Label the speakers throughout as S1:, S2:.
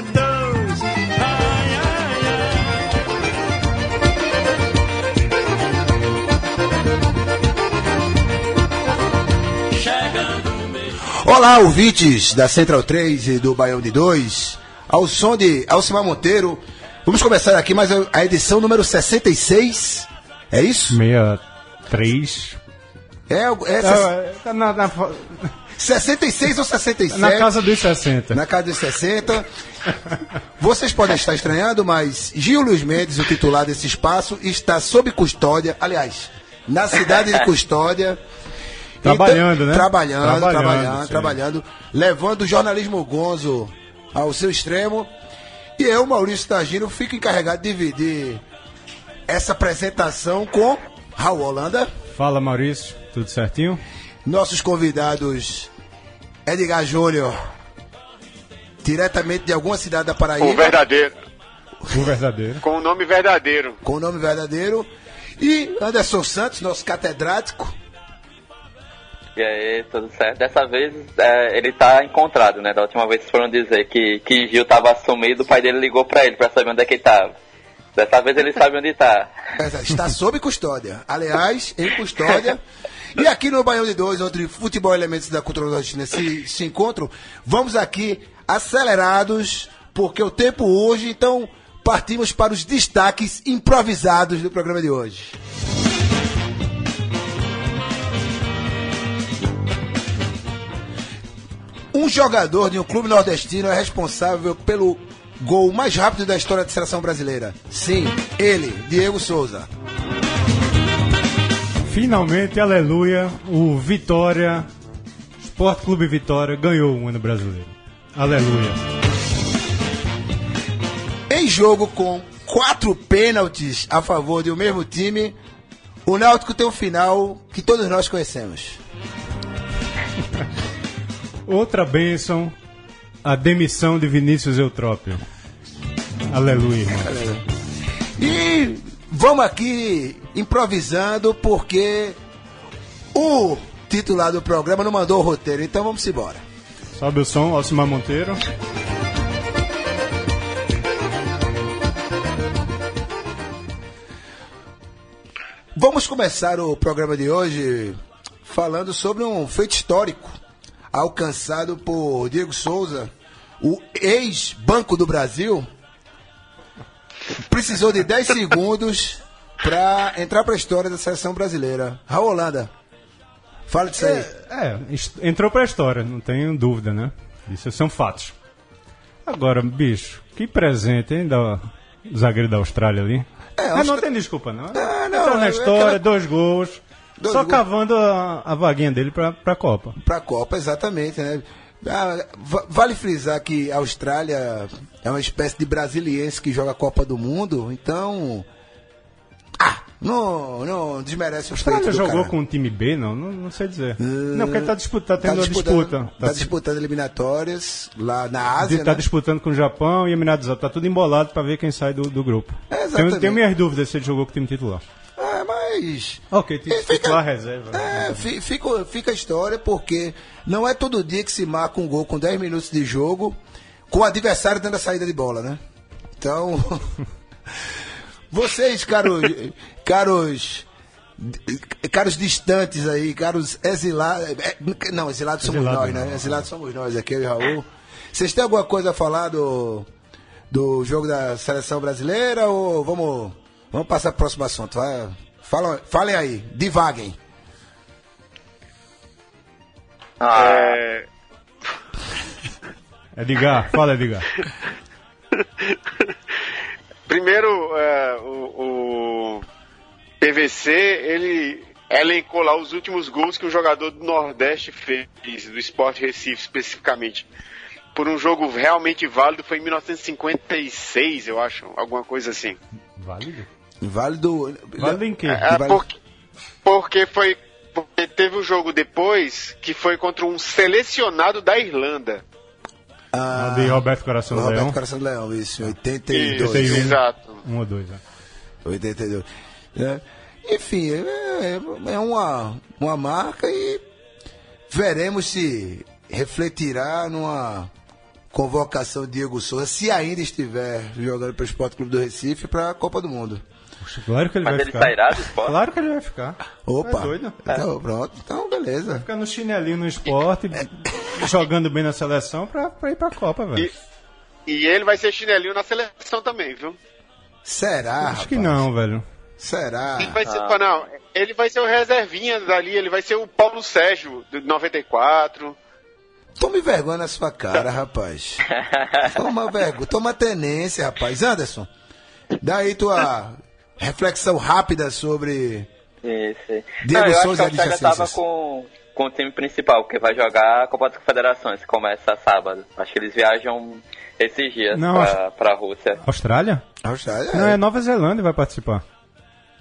S1: dois. Ai, ai, ai.
S2: Olá, ouvintes da Central 3 e do Baião de 2. Ao som de Alcimar Monteiro, vamos começar aqui mais a a edição número 66. É isso?
S3: 63.
S2: É, é ses-
S3: Na, tá na, na, fo-
S2: 66 ou 67?
S3: na casa dos 60.
S2: Na casa dos 60. Vocês podem estar estranhando, mas Gil Luiz Mendes, o titular desse espaço, está sob custódia, aliás, na cidade de custódia. Então,
S3: Trabalhando, né?
S2: Trabalhando, trabalhando,
S3: Trabalhando,
S2: trabalhando,
S3: sim.
S2: levando o jornalismo gonzo ao seu extremo. E eu, Maurício Tagino, fico encarregado de dividir essa apresentação com Raul Holanda,
S3: Fala Maurício, tudo certinho?
S2: nossos convidados Edgar Júnior, diretamente de alguma cidade da Paraíba.
S4: O verdadeiro.
S3: O verdadeiro.
S4: Com o nome verdadeiro.
S2: com o nome verdadeiro. E Anderson Santos, nosso catedrático.
S5: E aí, tudo certo? Dessa vez é, ele tá encontrado, né? Da última vez vocês foram dizer que, que Gil tava sumido, o pai dele ligou pra ele pra saber onde é que ele tava. Dessa vez ele sabe onde tá.
S2: ah, Está sob custódia. Aliás, em custódia. E aqui no Baião de Dois, onde futebol e elementos da cultura nordestina se, se encontram, vamos aqui acelerados, porque o tempo urge, então partimos para os destaques improvisados do programa de hoje. Um jogador de um clube nordestino é responsável pelo gol mais rápido da história da seleção brasileira. Sim, ele, Diego Souza.
S3: Finalmente, aleluia, o Vitória, Sport Clube Vitória, ganhou o ano brasileiro. Aleluia.
S2: Em jogo com quatro pênaltis a favor de um mesmo time, o Náutico tem um final que todos nós conhecemos.
S3: Outra bênção, a demissão de Vinícius Eutrópio. Aleluia, irmão.
S2: E vamos aqui improvisando porque o titular do programa não mandou o roteiro, então vamos embora.
S3: Sobe o som, Alcimar Monteiro.
S2: Vamos começar o programa de hoje falando sobre um feito histórico alcançado por Diego Souza, o ex-Banco do Brasil. Precisou de 10 segundos para entrar para a história da seleção brasileira. Raul Holanda, fala disso aí.
S3: É, est- entrou pra história, não tenho dúvida, né? Isso são fatos. Agora, bicho, que presente, hein, da do zagueiro da Austrália ali.
S2: É,
S3: Mas não
S2: Austra-
S3: tem desculpa, não.
S2: Ah, não,
S3: Entrou
S2: é
S3: na história,
S2: aquela-
S3: dois gols,
S2: Dois
S3: só
S2: gols.
S3: cavando a, a vaguinha dele pra, pra Copa.
S2: Para a Copa, exatamente, né? Ah, va- vale frisar que a Austrália é uma espécie de brasiliense que joga a Copa do Mundo, então. Ah, não, não desmerece os
S3: Austrália
S2: feitos do
S3: jogou
S2: cara.
S3: com o time B, não? Não, não sei dizer. não, porque ele tá disputando, tá
S2: Ah, Tá
S3: tendo uma
S2: disputando,
S3: disputa.
S2: tá
S3: Tá-
S2: disputando eliminatórias lá na
S3: de-
S2: Ásia.
S3: tá
S2: né?
S3: disputando com o Japão e Emirados Árabes. Tá tudo embolado pra ver quem sai do, do grupo.
S2: É, exatamente.
S3: Tenho, tenho minhas dúvidas se ele jogou com o time titular.
S2: Ah, mas.
S3: Ok, tem
S2: Ele fica-
S3: titular reserva.
S2: É, fi- fica, fica a história porque não é todo dia que se marca um gol com 10 minutos de jogo com o adversário dando a saída de bola, né? Então, vocês, caros, caros, caros distantes aí, caros exilados, é, não, exilados somos
S3: Exilado
S2: nós,
S3: não.
S2: né? Exilados somos nós aqui, eu e Raul. Vocês têm alguma coisa a falar do, do jogo da seleção brasileira ou vamos, vamos passar para o próximo assunto? Vai, fala, falem aí, divaguem.
S5: Ah.
S4: É,
S3: Edgar, fala Edgar.
S4: primeiro, é, o, o PVC, ele elencou lá os últimos gols que um jogador do Nordeste fez, do Sport Recife especificamente. Por um jogo realmente válido foi em 1956, eu acho, alguma coisa assim.
S3: Válido?
S2: Vale do.
S3: Vale em quê?
S4: É,
S2: Vale-
S4: porque, porque foi. Porque teve um jogo depois que foi contra um selecionado da Irlanda.
S2: Ah,
S3: de Roberto Coração do
S2: Roberto
S3: Leão.
S2: Coração do Leão, isso, em
S4: Isso,
S2: 82.
S3: 81.
S4: exato.
S3: Um ou dois, né?
S2: 82. né? Enfim, é, é uma, uma marca e veremos se refletirá numa convocação de Diego Souza, se ainda estiver jogando para o Esporte Clube do Recife, para a Copa do Mundo.
S3: Tá Poxa, claro que ele
S5: Mas
S3: vai
S5: ele
S3: ficar.
S5: sairá do esporte?
S3: Claro que ele vai ficar.
S2: Opa!
S3: É doido.
S2: Então, pronto, então beleza.
S3: Ficar no chinelinho no esporte, jogando bem na seleção pra, pra ir pra Copa, velho.
S4: E- E ele vai ser chinelinho na seleção também, viu?
S2: Será?
S3: Acho que
S2: Ah, rapaz?
S3: não, velho.
S2: Será?
S4: Ele vai ser, não, ele vai ser o reservinha dali, ele vai ser o Paulo Sérgio, de 94.
S2: Tome vergonha na sua cara, rapaz. Toma vergonha, toma tenência, rapaz. Anderson, daí tua reflexão rápida sobre
S5: Isso.
S2: Diego
S5: É, Não, eu
S2: Souza,
S5: acho que o Arteta
S2: Alicia
S5: tava
S2: Seixas.
S5: com, com o time principal, porque vai jogar a Copa das Confederações, que começa sábado. Acho que eles viajam esses dias
S3: Não,
S5: pra, pra Rússia.
S3: Austrália?
S2: a Austrália.
S3: Não, é Nova Zelândia que vai participar.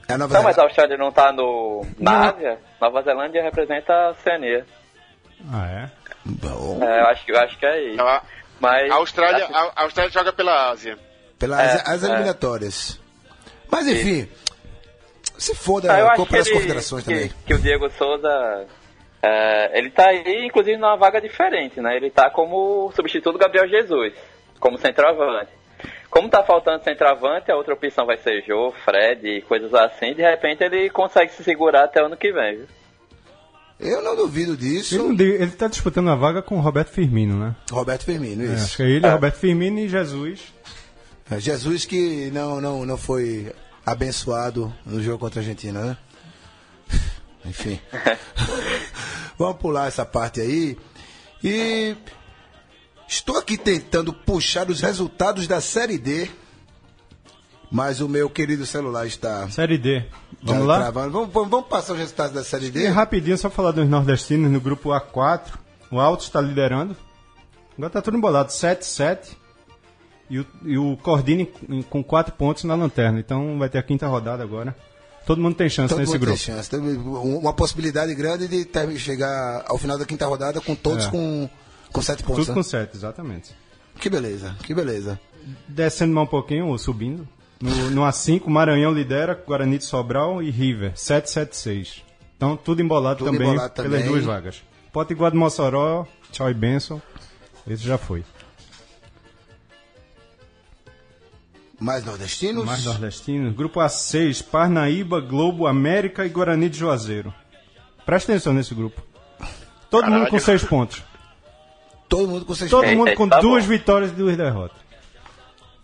S2: É a Nova
S5: Não, mas a
S2: Zelândia.
S5: Austrália não tá no, na
S3: Não.
S5: Ásia. Nova Zelândia representa a Oceania.
S3: Ah, é?
S2: Bom,
S5: É, eu, acho, que- eu acho que é isso.
S4: A,
S5: Mas,
S4: a Austrália, a, a Austrália joga pela Ásia.
S2: pelas
S5: é,
S2: as
S5: é.
S2: eliminatórias. Mas enfim, se foda
S5: Ah, eu
S2: a
S5: acho
S2: Copa
S5: que,
S2: das
S5: ele-
S2: Confederações
S5: que-
S2: também.
S5: que o Diego Souza. é, ele tá aí, inclusive, numa vaga diferente, né? Ele tá como substituto do Gabriel Jesus, como centroavante. Como tá faltando centroavante, a outra opção vai ser Jô, Fred e coisas assim. De repente ele consegue se segurar até o ano que vem, viu?
S2: Eu não duvido
S3: Ele,
S2: disso.
S3: não deu- ele tá disputando a vaga com o Roberto Firmino, né?
S2: Roberto Firmino,
S3: É, acho
S2: isso.
S3: que é ele, Roberto Firmino e Jesus.
S2: É, Jesus que não, não, não foi abençoado no jogo contra a Argentina, né? Enfim. Vamos pular essa parte aí. E estou aqui tentando puxar os resultados da Série D, mas o meu querido celular está
S3: Série D.
S2: Já
S3: Vamos lá?
S2: travando. Vamos, vamos- vamos passar os resultados da Série
S3: E
S2: D?
S3: rapidinho, só falar dos nordestinos no grupo A4. O Alto está liderando. Agora tá tudo embolado, 7-7. E o, e o Cordini com 4 pontos na lanterna. Então vai ter a quinta rodada agora. Todo mundo tem chance
S2: Todo
S3: nesse
S2: mundo tem
S3: grupo.
S2: chance. Tem uma possibilidade grande de ter- chegar ao final da quinta rodada com todos
S3: É.
S2: com, com sete pontos. né?
S3: Tudo com 7, exatamente.
S2: Que beleza, que beleza.
S3: Descendo mais um pouquinho, ou subindo. No, no A5, Maranhão lidera, Guarani de Sobral e River, 7-7-6. Então tudo embolado
S2: Tudo
S3: também
S2: embolado
S3: pelas
S2: também.
S3: duas vagas. Potiguar de Mossoró, tchau e benção. Esse já foi.
S2: Mais nordestinos?
S3: Mais nordestinos. Grupo A6, Parnaíba, Globo, América e Guarani de Juazeiro. Presta atenção nesse grupo. Todo mundo com seis pontos.
S2: Todo mundo com seis
S3: Todo
S2: pontos.
S3: mundo com
S5: tá
S3: duas
S5: bom.
S3: vitórias e duas derrotas.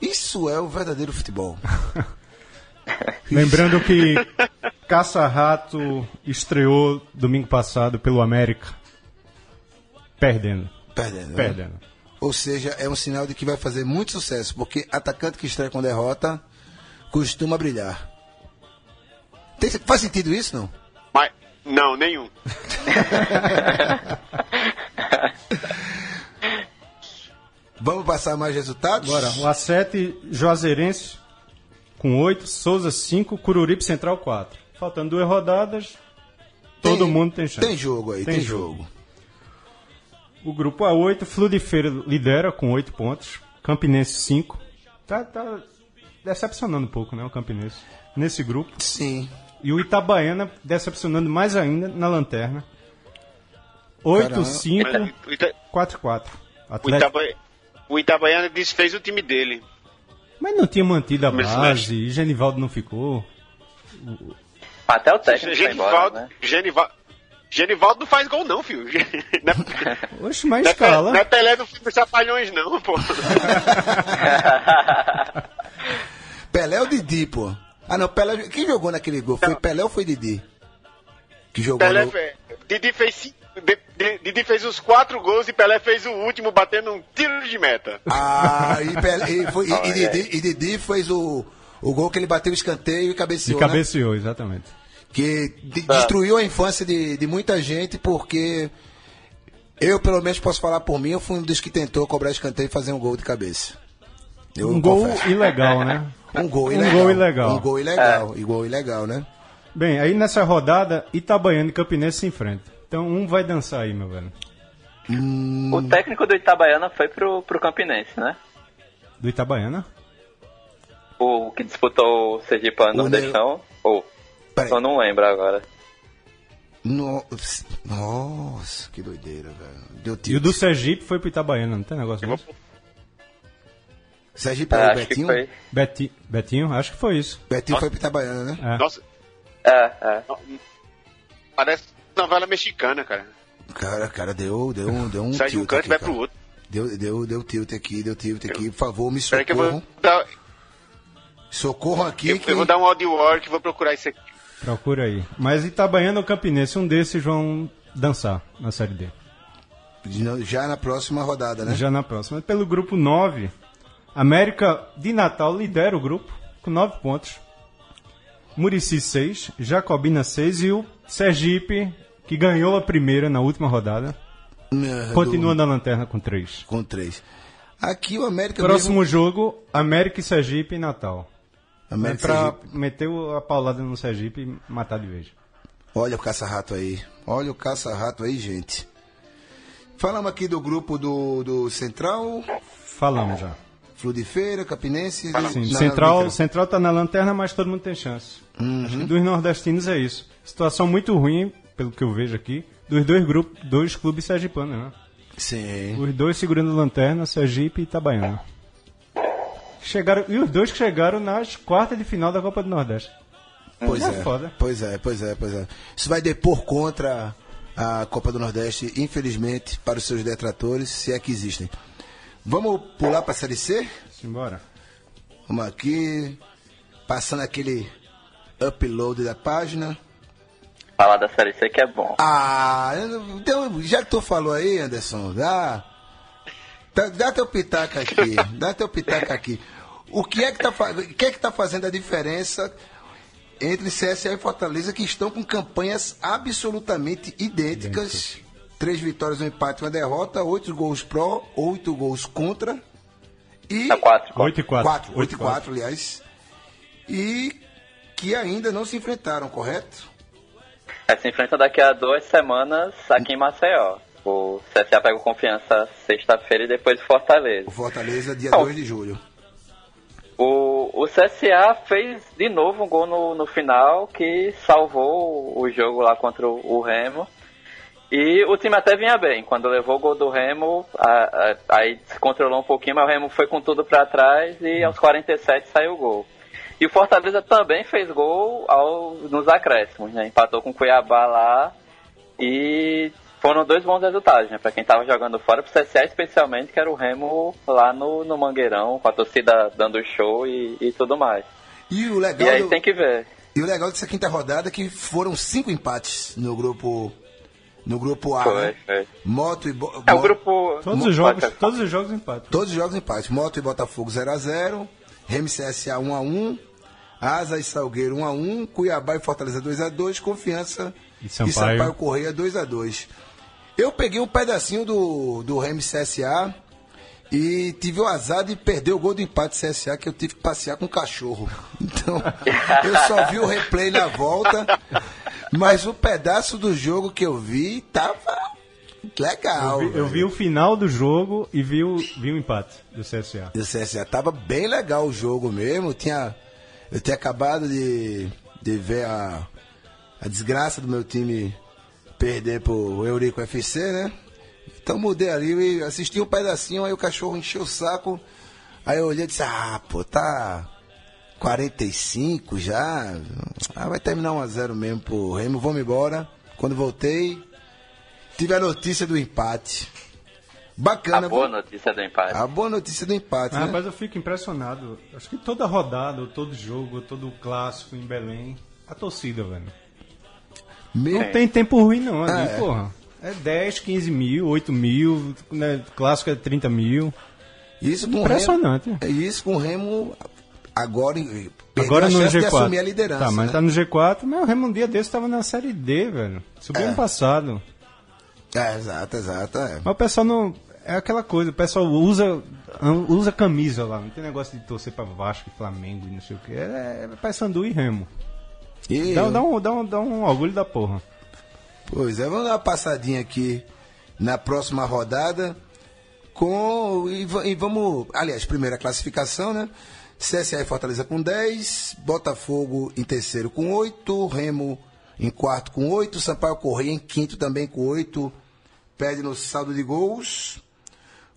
S2: Isso é o verdadeiro futebol.
S3: Lembrando que Caça-Rato estreou domingo passado pelo América. Perdendo.
S2: Perdendo. né?
S3: Perdendo.
S2: Ou seja, é um sinal de que vai fazer muito sucesso, porque atacante que estreia com derrota costuma brilhar. Tem- faz sentido isso, não?
S4: Mas, não, nenhum.
S2: Vamos passar mais resultados?
S3: Bora. O A7, Juazeirense com oito, Souza cinco, Cururipe Central quatro. Faltando duas rodadas, todo
S2: Tem-
S3: mundo tem chance.
S2: Tem jogo aí, tem,
S3: Tem
S2: jogo.
S3: O grupo A8, Flu de Feira lidera com 8 pontos, Campinense 5. Tá, tá decepcionando um pouco, né, o Campinense nesse grupo.
S2: Sim.
S3: E o Itabaiana decepcionando mais ainda na lanterna. 8,
S2: Caramba.
S3: 5,
S4: O, Ita,
S3: 4, 4.
S4: o,
S3: Atlético.
S4: Itaba, o Itabaiana desfez o time dele.
S3: Mas não tinha mantido a
S4: Mas-
S3: base, e Genivaldo não ficou.
S5: Até o técnico foi embora,
S4: Genivaldo,
S5: né?
S4: Genivaldo, Genivaldo não faz gol, não, filho. Não é-
S3: Oxe, mas
S4: não é, Pelé-
S3: escala.
S4: não é Pelé do- dos Chapalhões, não, pô.
S2: Pelé ou Didi, pô? Ah, não, Pelé. Quem jogou naquele gol? Foi Pelé ou foi Didi? Que jogou
S4: Pelé,
S2: no...
S4: fe- Didi fez, cinco- de- de- Didi fez os quatro gols e Pelé fez o último batendo um tiro de meta.
S2: Ah, e, Pelé, e, foi, e- e Didi, e Didi fez o, o gol que ele bateu o escanteio e
S3: E
S2: cabeceou. né?
S3: cabeceou, exatamente.
S2: que de-
S5: Ah.
S2: destruiu a infância de, de muita gente, porque eu, pelo menos, posso falar por mim, eu fui um dos que tentou cobrar escanteio e fazer um gol de cabeça. Eu
S3: um gol
S2: confesso.
S3: ilegal, né?
S2: Um gol
S3: Um
S2: ilegal.
S3: gol ilegal.
S2: Um gol ilegal.
S5: É.
S2: E gol ilegal, né?
S3: Bem, aí nessa rodada, Itabaiana e Campinense se enfrentam. Então um vai dançar aí, meu velho.
S5: O técnico do Itabaiana foi pro, pro Campinense, né?
S3: Do Itabaiana?
S5: O que disputou o Sergipano
S2: O
S5: Nordestão. Ou.
S2: Peraí.
S5: eu não lembro agora.
S2: No- Nossa, que doideira, velho. Deu
S3: E o
S2: tiro.
S3: do Sergipe foi pro Itabaiana, não tem negócio desse?
S2: Sergipe
S5: É,
S2: era o
S5: acho que
S2: Betinho?
S5: foi.
S3: Beti... Betinho, acho que foi isso.
S2: Betinho foi pro Itabaiana, né?
S3: É.
S4: Nossa,
S5: É, é.
S4: parece novela mexicana, cara.
S2: Cara, cara, deu, deu, um- deu um tá
S4: Sai de um
S2: tilt
S4: canto
S2: aqui,
S4: e vai
S2: cara.
S4: pro outro.
S2: Deu, deu, deu tilt aqui, deu tilt aqui. Por favor, me
S4: Peraí que eu
S2: socorram.
S4: vou dar,
S2: Socorro aqui.
S4: eu,
S2: que-
S4: eu vou dar um audio work e vou procurar isso aqui.
S3: Procura aí. Mas Itabaiana ou Campinense, um desses vão dançar na Série D.
S2: Não, Já na próxima rodada, né?
S3: Já na próxima. Pelo grupo 9, América de Natal lidera o grupo com 9 pontos. Murici 6, Jacobina 6 e o Sergipe, que ganhou a primeira na última rodada,
S2: Né,
S3: continua
S2: do-
S3: na lanterna com 3.
S2: com três. Aqui o América
S3: Próximo
S2: mesmo-
S3: jogo, América e Sergipe em Natal.
S2: América
S3: é pra
S2: Sergipe.
S3: meter o- a paulada no Sergipe e matar de vez.
S2: Olha o caça-rato aí. Olha o caça-rato aí, gente. Falamos aqui do grupo do, do Central,
S3: Falamos já.
S2: Flu de Feira, Capinense.
S3: Sim,
S2: Na-
S3: Central,
S2: na-
S3: Central tá na lanterna, mas todo mundo tem chance.
S2: Uhum.
S3: Acho que dos nordestinos é isso. Situação muito ruim, pelo que eu vejo aqui, dos dois grupos, dois clubes sergipanos, né?
S2: Sim.
S3: Os dois segurando lanterna, Sergipe e Itabaiana. Chegaram, e os dois que chegaram nas quartas de final da Copa do Nordeste.
S2: Pois
S3: É
S2: é.
S3: foda.
S2: Pois é, pois é, pois é. Isso vai depor contra a Copa do Nordeste, infelizmente, para os seus detratores, se é que existem. Vamos pular para a Série C?
S3: Simbora.
S2: Vamos aqui. Passando aquele upload da página.
S5: Falar da Série C que é bom.
S2: Ah, eu não- então, já que tu falou aí, Anderson, dá, dá, dá teu pitaco aqui, dá teu pitaco aqui. O que é que tá, fa- o que é que tá fazendo a diferença entre CSA e Fortaleza, que estão com campanhas absolutamente idênticas? Três vitórias, um empate, uma derrota, oito gols pró, oito gols contra e...
S5: Tá 4
S3: 8 e 4.
S2: 4, 8 e 4, aliás. E que ainda não se enfrentaram, correto?
S5: Essa É, enfrenta daqui a duas semanas aqui em Maceió. O CSA pega o confiança sexta-feira e depois o Fortaleza.
S2: O Fortaleza, dia
S5: Não.
S2: 2 de julho.
S5: O, o CSA fez de novo um gol no, no final que salvou o jogo lá contra o, o Remo. E o time até vinha bem. Quando levou o gol do Remo, a- a- aí se controlou um pouquinho, mas o Remo foi com tudo pra trás e aos 47 saiu o gol. E o Fortaleza também fez gol ao- nos acréscimos, né? Empatou com o Cuiabá lá e foram dois bons resultados, né? Pra quem tava jogando fora, pro CSA especialmente, que era o Remo lá no, no Mangueirão, com a torcida dando show e, e tudo mais.
S2: E o
S5: E
S2: legal,
S5: aí
S2: do-
S5: tem que ver.
S2: e o legal dessa quinta rodada é que foram cinco empates no grupo no grupo A.
S5: Foi,
S2: né?
S5: foi.
S2: Moto e Bo-
S5: É o
S2: Mo-
S5: grupo.
S3: Todos os jogos,
S5: Pode-
S3: todos os jogos empatam.
S2: Todos os jogos empates. Moto e Botafogo 0 a 0, RMCSA 1 a 1, Asa e Salgueiro 1 a 1, Cuiabá e Fortaleza 2 a 2, Confiança
S3: E Sampaio.
S2: Correia 2 a 2. Eu peguei um pedacinho do do RMCSA e tive o azar de perder o gol do empate CSA que eu tive que passear com o cachorro. Então, eu só vi o replay na volta, mas o pedaço do jogo que eu vi tava legal.
S3: Eu vi- eu
S2: velho.
S3: vi o final do jogo e vi o, vi o empate do CSA.
S2: do CSA. assim, "Ah, Tava bem legal o jogo mesmo. Eu tinha, eu tinha acabado de, de ver a, a desgraça do meu time perder pro Eurico FC, né? Então mudei ali e assisti um pedacinho, aí o cachorro encheu o saco. Aí eu olhei e disse, ah, pô, tá 45 já. Ah, vai terminar 1x0 mesmo pro Remo, vamos embora. Quando voltei, tive a notícia do empate.
S5: A
S2: Bacana,
S5: boa
S2: viu? Ah,
S5: notícia do empate.
S2: a boa notícia do empate,
S3: Ah,
S2: né?
S3: Rapaz, eu fico impressionado. Acho que toda rodada, ou todo jogo, ou todo clássico em Belém, a torcida, velho.
S2: Meu
S3: Não tem tempo ruim, não, ali,
S2: É.
S3: porra. É 10, 15 mil, 8 mil, né? clássico é 30 mil.
S2: Isso com o
S3: Impressionante.
S2: Remo, é isso com o Remo agora em- perdeu
S3: Agora
S2: a
S3: no
S2: chance de
S3: G4.
S2: assumir a liderança.
S3: tá, mas
S2: né?
S3: tá no G4. Mas o Remo um dia desse tava na Série D, velho. Subiu
S2: É.
S3: ano passado.
S2: É, exato, exato. é.
S3: Mas o pessoal não. é aquela coisa, o pessoal usa, usa camisa lá, não tem negócio de torcer pra Vasco e Flamengo e não sei o que. É, é Paysandu e Remo.
S2: E
S3: Dá, dá um, dá, um, dá um orgulho da porra.
S2: Pois é, vamos dar uma passadinha aqui na próxima rodada com e, va- e vamos, aliás, primeira classificação, né? CSA e Fortaleza com 10, Botafogo em terceiro com 8, Remo em quarto com 8, Sampaio Correia em quinto também com 8, perde no saldo de gols.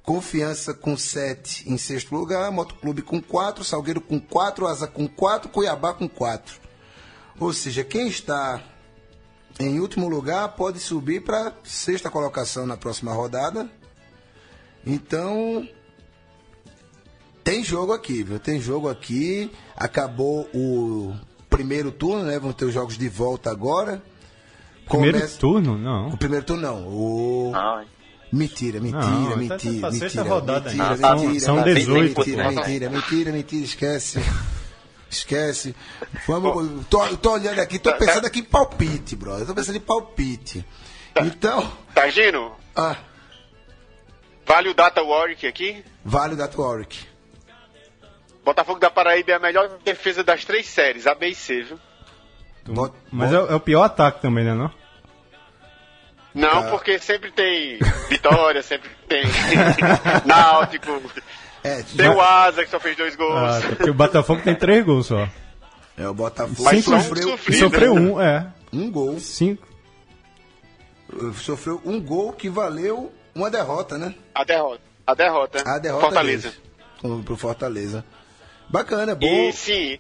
S2: Confiança com 7 em sexto lugar, Motoclube com 4, Salgueiro com 4, Asa com 4, Cuiabá com 4. Ou seja, quem está em último lugar pode subir para sexta colocação na próxima rodada. Então tem jogo aqui, viu? Tem jogo aqui. Acabou o primeiro turno, né? Vão ter os jogos de volta agora.
S3: Primeiro
S2: Começa-
S3: turno?
S2: O
S3: Não.
S2: primeiro turno não. O...
S5: Não,
S2: Mentira, mentira,
S3: Não, tá-
S2: mentira,
S3: tá- tá
S2: mentira,
S3: sexta
S2: mentira,
S3: rodada Ah,
S2: mentira,
S5: ainda. São-
S2: mentira,
S3: são
S2: mentira,
S3: 18,
S2: mentira,
S5: né?
S2: mentira, mentira, mentira, esquece, esquece. Vamos, tô, tô olhando aqui, tô pensando aqui em palpite, brother, tô pensando em palpite. Então,
S4: Targino,
S2: ah,
S4: Tá, vale o Data Warwick aqui?
S2: vale o Dato Warwick.
S4: Botafogo da Paraíba é a melhor defesa das três séries, A, B e C, viu?
S3: Tu-
S2: Bota-
S3: Mas é, é o pior ataque também, né? Não?
S4: Não,
S2: Tá.
S4: porque sempre tem Vitória, sempre tem Náutico,
S2: É,
S4: tem o Asa que só fez dois gols.
S3: Ah, tá, porque o Botafogo tem três gols só.
S2: é o Botafogo
S4: Mas só um
S2: sofreu
S3: E
S4: sofrido.
S3: sofreu um, é.
S2: um gol,
S3: Cinco.
S2: sofreu um gol que valeu uma derrota, né?
S4: A derrota. A derrota. né?
S2: A derrota
S4: Fortaleza.
S2: deles. Pro- pro Fortaleza. Bacana, bom.
S4: E sim.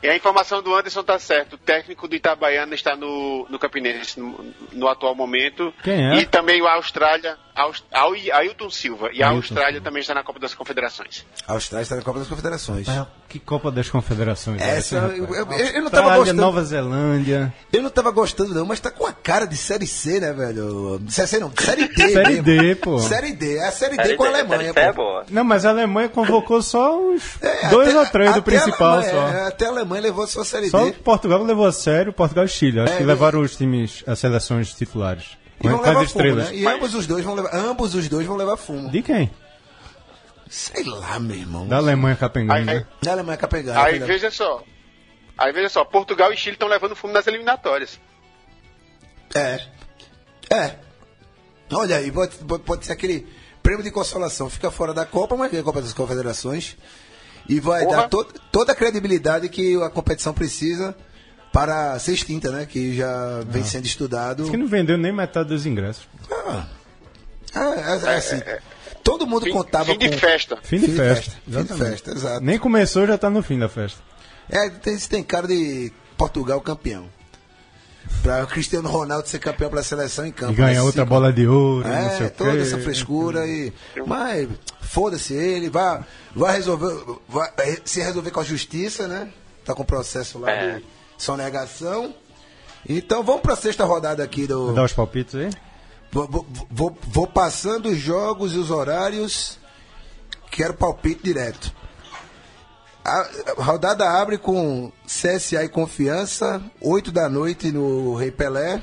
S4: E a informação do Anderson tá certa. O técnico do Itabaiana está no, no Campinense no, no atual momento.
S3: Quem é?
S4: E também o Austrália, Aust, Au- Ailton Silva. E a
S3: Ailton
S4: Austrália
S3: Silva.
S4: também está na Copa das Confederações.
S2: A Austrália está na Copa das Confederações.
S3: Ah, Que Copa das Confederações. é
S2: Essa,
S3: rapaz?
S2: eu, eu- eu- eu não tava
S3: Austrália,
S2: gostando.
S3: Nova Zelândia.
S2: Eu não tava gostando, não, mas tá com a cara de Série C, né, velho? Série C não, Série D.
S3: Série
S2: mesmo.
S3: D, pô.
S2: Série D, é a Série D
S5: Série
S2: com a
S5: D-
S2: Alemanha.
S5: Série C é
S2: pô.
S5: boa.
S3: Não, mas a Alemanha convocou só uns
S2: É,
S3: dois
S2: até-
S3: ou três
S2: até
S3: do
S2: a
S3: principal
S2: Alemanha-
S3: só.
S2: é, Até a Alemanha levou sua Série
S3: Só um o
S2: D.
S3: Portugal levou a sério, Portugal e Chile. Acho
S2: É,
S3: que levaram os times, as seleções titulares.
S2: E vão
S3: Com as
S2: levar fumo,
S3: estrelas.
S2: né? E
S4: Mas-
S2: ambos os dois vão levar. Ambos os dois vão levar fumo.
S3: De quem?
S2: Sei lá, meu irmão.
S3: Da Alemanha capengando,
S4: Aí-
S3: né?
S2: Da Alemanha é né? capegada.
S4: Aí veja só. Aí veja só, Portugal e Chile estão levando fumo nas eliminatórias.
S2: É. É. Olha aí, pode, pode- pode ser aquele prêmio de consolação. Fica fora da Copa, mas ganha a Copa das Confederações. E vai
S4: Porra.
S2: dar to- toda a credibilidade que a competição precisa para ser extinta, né? Que já
S3: Ah.
S2: vem sendo estudado.
S3: Acho que não vendeu nem metade dos ingressos.
S2: Ah, é, é assim. Todo mundo
S4: Fim,
S2: contava
S4: fim
S2: com.
S4: de festa.
S3: Fim de festa.
S2: Fim de
S3: exatamente.
S2: festa, exato.
S3: Nem começou, já tá no fim da festa.
S2: É, tem, isso tem cara de Portugal campeão. Para Cristiano Ronaldo ser campeão pela seleção em campo.
S3: E ganha
S2: né?
S3: outra
S2: Cinco-
S3: bola de ouro, não sei
S2: É,
S3: o quê.
S2: toda essa frescura e. Mas foda-se ele, vai, vai resolver. Vai eh, se resolver com a justiça, né? Tá com o processo lá
S5: É.
S2: de sonegação. Então vamos pra sexta rodada aqui do.
S3: Vou dar os palpites aí.
S2: Vou, vou- vou- vou passando os jogos e os horários. Quero palpite direto. A a rodada abre com CSA e Confiança, 8 da noite no Rei Pelé.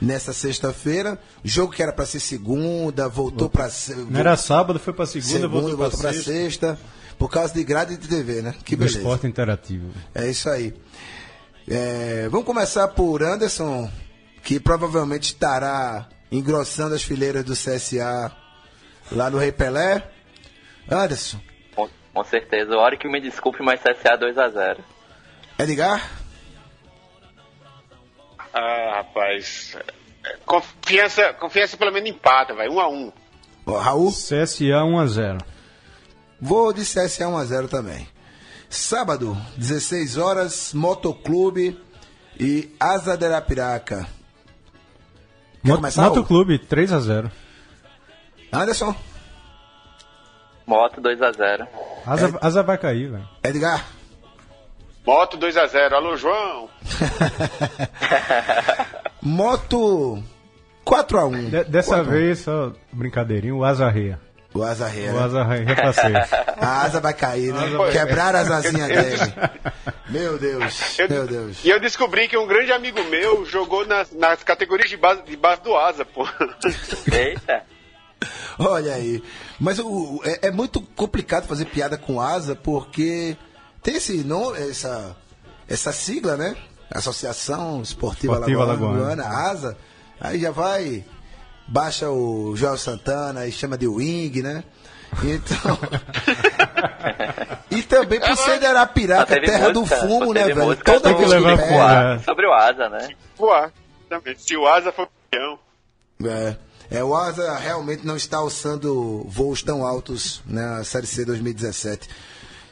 S2: Nessa sexta-feira. Jogo que era pra ser segunda, voltou pra ser.
S3: Não era sábado, foi pra segunda,
S2: segunda,
S3: voltou pra sexta.
S2: sexta. Por causa de grade de TV, né? Que
S3: Do
S2: beleza.
S3: esporte interativo.
S2: É isso aí. É, vamos começar por Anderson, que provavelmente estará engrossando as fileiras do CSA lá no Rei Pelé. Anderson,
S5: com, com certeza. Hora que me desculpe, mas CSA 2x0.
S2: Edgar,
S4: Ah, rapaz. Confiança, confiança pelo menos empata, vai. Um a um.
S2: ó, Raul,
S3: CSA 1x0.
S2: vou de CSA 1x0 também. Sábado, 16 horas, Motoclube e Asa de Arapiraca. Quer começar, Raul?
S3: Moto Clube, 3x0.
S2: Anderson,
S5: Moto 2x0.
S3: Asa,
S2: É.
S3: asa vai cair, velho.
S2: Edgar,
S4: Moto 2x0. Alô, João.
S2: Moto 4x1.
S3: De- dessa vez, só brincadeirinho, o Asa Reia.
S2: O Asa Reia,
S3: O
S2: né?
S3: Asa Reia, repassei.
S2: A asa vai cair, né? Quebraram as asinhas dele. Meu Deus,
S4: Eu-
S2: meu Deus.
S4: E eu descobri que um grande amigo meu jogou nas, nas categorias de base, de base do Asa, pô.
S5: Eita.
S2: Olha aí. Mas o- o- é, é muito complicado fazer piada com asa, porque tem esse nome, essa, essa sigla, né? Associação Esportiva,
S3: Esportiva
S2: Lagoana,
S3: Alagoana.
S2: Lagoana, asa. Aí já vai, baixa o Joel Santana e chama de Wing, né? Então. e também por ser de Arapiraca,
S5: teve
S2: terra do
S5: música,
S2: fumo,
S5: só
S2: né,
S5: teve
S2: velho?
S5: música
S2: Toda
S5: sobre
S2: vez que
S3: levar
S5: o
S2: pega.
S3: fora.
S5: Asa, Sobre o Asa, né?
S4: Voar também. Se o Asa for campeão.
S2: É. É, o Asa realmente não está alçando voos tão altos na Série C 2017.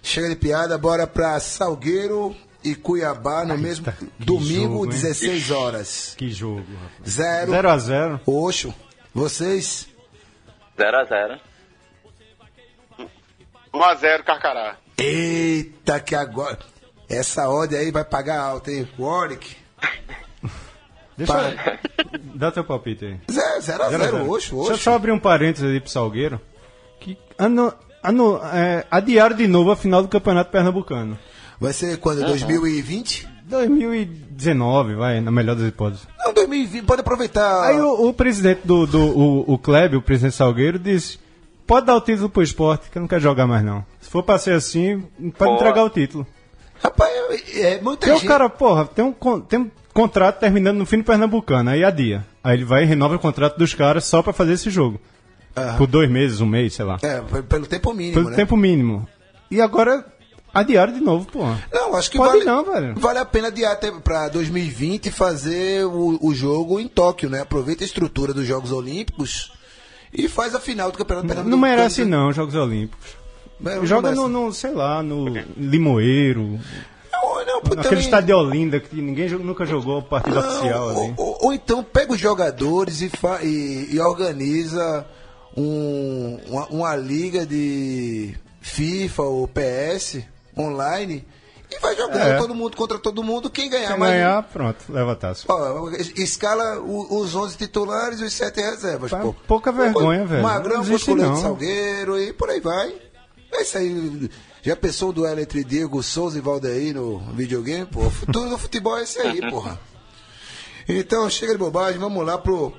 S2: Chega de piada, bora para Salgueiro e Cuiabá no mesmo
S3: tá, que
S2: domingo,
S3: jogo, hein?
S2: 16 horas.
S3: Que jogo, rapaz.
S2: Zero.
S3: 0x0.
S2: Oxo, vocês
S5: 0x0.
S4: 1x0 Carcará.
S2: Eita, que agora. Essa ordem aí vai pagar alta, hein? Warwick.
S3: Deixa
S2: Para.
S3: eu... Dá teu palpite aí.
S2: 0x0, oxo,
S3: Deixa eu
S2: oxo.
S3: só abrir um parênteses aí pro Salgueiro. Que ano, ano, é, adiaram de novo a final do Campeonato Pernambucano.
S2: Vai ser quando? 2020?
S3: 2019, vai, na melhor das hipóteses.
S2: Não, 2020. Pode aproveitar.
S3: Aí o, o presidente do, do o, o Kleber, o presidente Salgueiro, disse: pode dar o título pro esporte, que eu não quero jogar mais não. Se for pra ser assim, pode
S5: Boa.
S3: entregar o título.
S2: Rapaz, é, é muita
S3: Tem o
S2: gente.
S3: cara, porra, tem um, con- tem um contrato terminando no fim do Pernambucano, aí adia. Aí ele vai e renova o contrato dos caras só pra fazer esse jogo. Por dois meses, um mês, sei lá.
S2: É, p- pelo tempo mínimo,
S3: Pelo
S2: né?
S3: tempo mínimo. E agora adiaram de novo, porra.
S2: Não, acho que vale,
S3: Pode não, velho.
S2: vale a pena adiar até pra 2020 e fazer o, o jogo em Tóquio, né? Aproveita a estrutura dos Jogos Olímpicos e faz a final do Campeonato
S3: Não,
S2: Pernambucano.
S3: merece não, Jogos Olímpicos.
S2: Mas não
S3: Joga
S2: merece.
S3: no, no, sei lá, no Limoeiro,
S2: Não, não, pô,
S3: naquele
S2: também-
S3: estádio de Olinda que ninguém jo- nunca jogou partida
S2: Não,
S3: oficial
S2: ou,
S3: ali.
S2: ou- ou então pega os jogadores e, fa- e- e organiza um- uma, uma liga de FIFA ou PS online e vai jogando
S3: É.
S2: todo mundo contra todo mundo. Quem ganhar
S3: Se
S2: mais.
S3: ganhar, pronto, leva a taça.
S2: Ó, es- escala o- os 11 titulares e os 7 reservas.
S3: Pá,
S2: pô.
S3: pouca vergonha, velho.
S2: Magrão,
S3: Não existe,
S2: Musculento
S3: não.
S2: Salgueiro e por aí vai. É isso aí. Já pensou o duelo entre Diego Souza e Valdeir no videogame? Pô, o futuro do futebol é esse aí, porra. Então, chega de bobagem, vamos lá pro